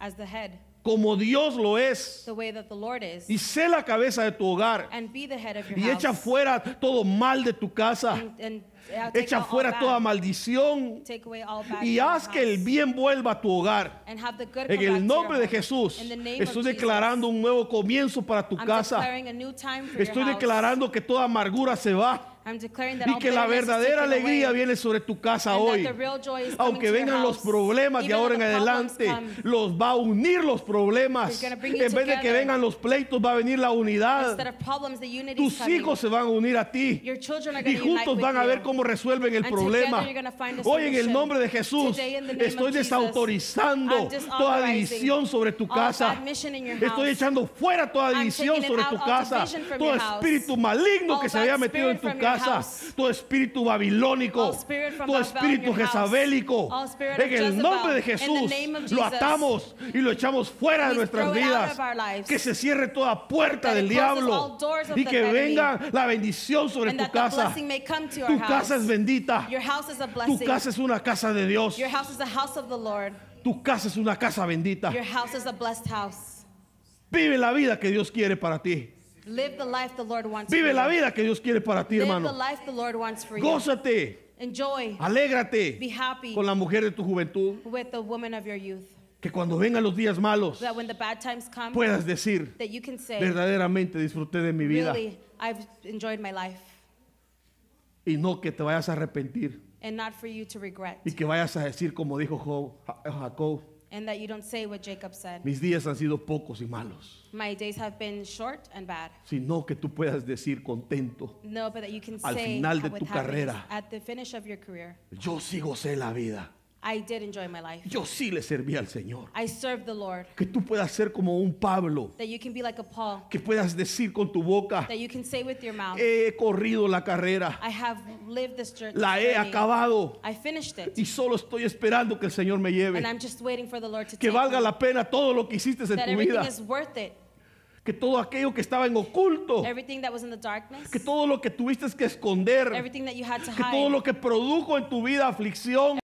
B: as the head,
A: como Dios lo es
B: the way that the Lord is,
A: y sé la cabeza de tu hogar
B: and be the head of your
A: y
B: house.
A: echa fuera todo mal de tu casa,
B: and, and, uh, take
A: echa
B: out all
A: fuera
B: bad.
A: toda maldición
B: Take away all bad
A: y
B: from your
A: haz que el
B: house.
A: bien vuelva a tu hogar.
B: And have the good come
A: En
B: back
A: el
B: to
A: nombre
B: your
A: de
B: home.
A: Jesús,
B: In the name of
A: estoy
B: Jesus,
A: declarando un nuevo comienzo para tu
B: I'm
A: casa.
B: declaring a new time for your
A: Estoy
B: house.
A: declarando que toda amargura se va.
B: I'm declaring that
A: Y
B: all
A: que la
B: bitterness is
A: verdadera
B: taken away.
A: alegría viene sobre tu casa
B: And that
A: hoy.
B: the real joy is coming to
A: Aunque
B: your
A: vengan los
B: house.
A: problemas de
B: Even
A: ahora en
B: when the problems
A: adelante,
B: come,
A: los va a unir los problemas.
B: They're
A: En
B: gonna bring you
A: vez de que
B: together.
A: vengan los pleitos, va a venir la
B: Instead
A: unidad.
B: of problems, the unity is
A: Tus
B: coming.
A: hijos se van a unir a ti.
B: Your children are
A: Y
B: gonna unite
A: juntos
B: with
A: van a
B: you.
A: ver cómo resuelven el
B: And
A: problema.
B: together you're gonna find a
A: Hoy en el
B: solution.
A: nombre de Jesús
B: Today, in the name of
A: estoy
B: Jesus,
A: desautorizando
B: I'm disauthorizing
A: toda división sobre tu
B: all bad
A: casa.
B: mission in your
A: Estoy
B: house.
A: echando fuera toda
B: I'm
A: división
B: taking it
A: sobre
B: out,
A: tu
B: all
A: casa.
B: division from
A: Todo
B: your house.
A: espíritu maligno
B: All
A: que se
B: bad
A: había metido en
B: spirit
A: tu
B: from your
A: casa.
B: house.
A: Todo espíritu babilónico.
B: All spirit from
A: Todo
B: Babel in
A: espíritu
B: your house.
A: jezabélico.
B: All spirit of
A: En el nombre de
B: Jezebel. In
A: Jesús
B: the name of
A: lo
B: Jesus.
A: atamos y lo echamos fuera de
B: We
A: nuestras
B: throw it out of
A: vidas.
B: our lives.
A: Que se cierre toda puerta
B: That
A: del
B: it closes
A: diablo
B: all doors of
A: y
B: the
A: que
B: enemy.
A: venga la bendición sobre
B: And
A: tu
B: that the
A: casa.
B: blessing may come to your
A: Tu
B: house.
A: casa es bendita.
B: Your house is a
A: Tu
B: blessing.
A: casa es una casa de Dios.
B: Your house is a house of the Lord.
A: Tu casa es una casa bendita.
B: Your house is a blessed house.
A: Vive la vida que Dios quiere para ti.
B: Live the life the Lord wants for
A: Vive
B: you.
A: la vida que Dios quiere para ti,
B: Live the
A: hermano.
B: life the Lord wants for you.
A: Gózate,
B: Enjoy. Be
A: alégrate
B: happy
A: con la mujer de tu juventud.
B: with the woman of your youth.
A: Que cuando vengan los días malos
B: That when the bad times come,
A: puedas decir,
B: that you can say,
A: verdaderamente disfruté de mi vida.
B: really, I've enjoyed my life.
A: Y no que te vayas a arrepentir
B: And not for you to regret.
A: y que vayas a decir como dijo Jo- Ja- Jacob,
B: And that you don't say what Jacob said.
A: mis días han sido pocos y malos.
B: My days have been short and bad.
A: Sino que tú puedas decir contento,
B: No, but that you can
A: Al
B: say
A: final de
B: with
A: tu
B: happiness,
A: carrera.
B: at the finish of your career,
A: yo sí gocé la vida.
B: I did enjoy my life.
A: Yo sí le serví al Señor.
B: I served the Lord.
A: Que tú puedas ser como un Pablo.
B: That you can be like a Paul.
A: Que puedas decir con tu boca,
B: That you can say with your mouth,
A: he corrido la carrera,
B: I have lived this jour-
A: la he
B: journey.
A: acabado
B: I finished it.
A: y solo estoy esperando que el Señor me
B: And
A: lleve.
B: I'm just waiting for the Lord to
A: Que
B: take
A: valga
B: me.
A: la pena todo lo que hiciste en
B: That
A: tu
B: everything
A: vida.
B: is worth it.
A: Que todo aquello que estaba en oculto,
B: Everything that was in the darkness.
A: que todo lo que tuviste que esconder,
B: Everything that you had to
A: que todo
B: hide.
A: lo que produjo en tu vida aflicción,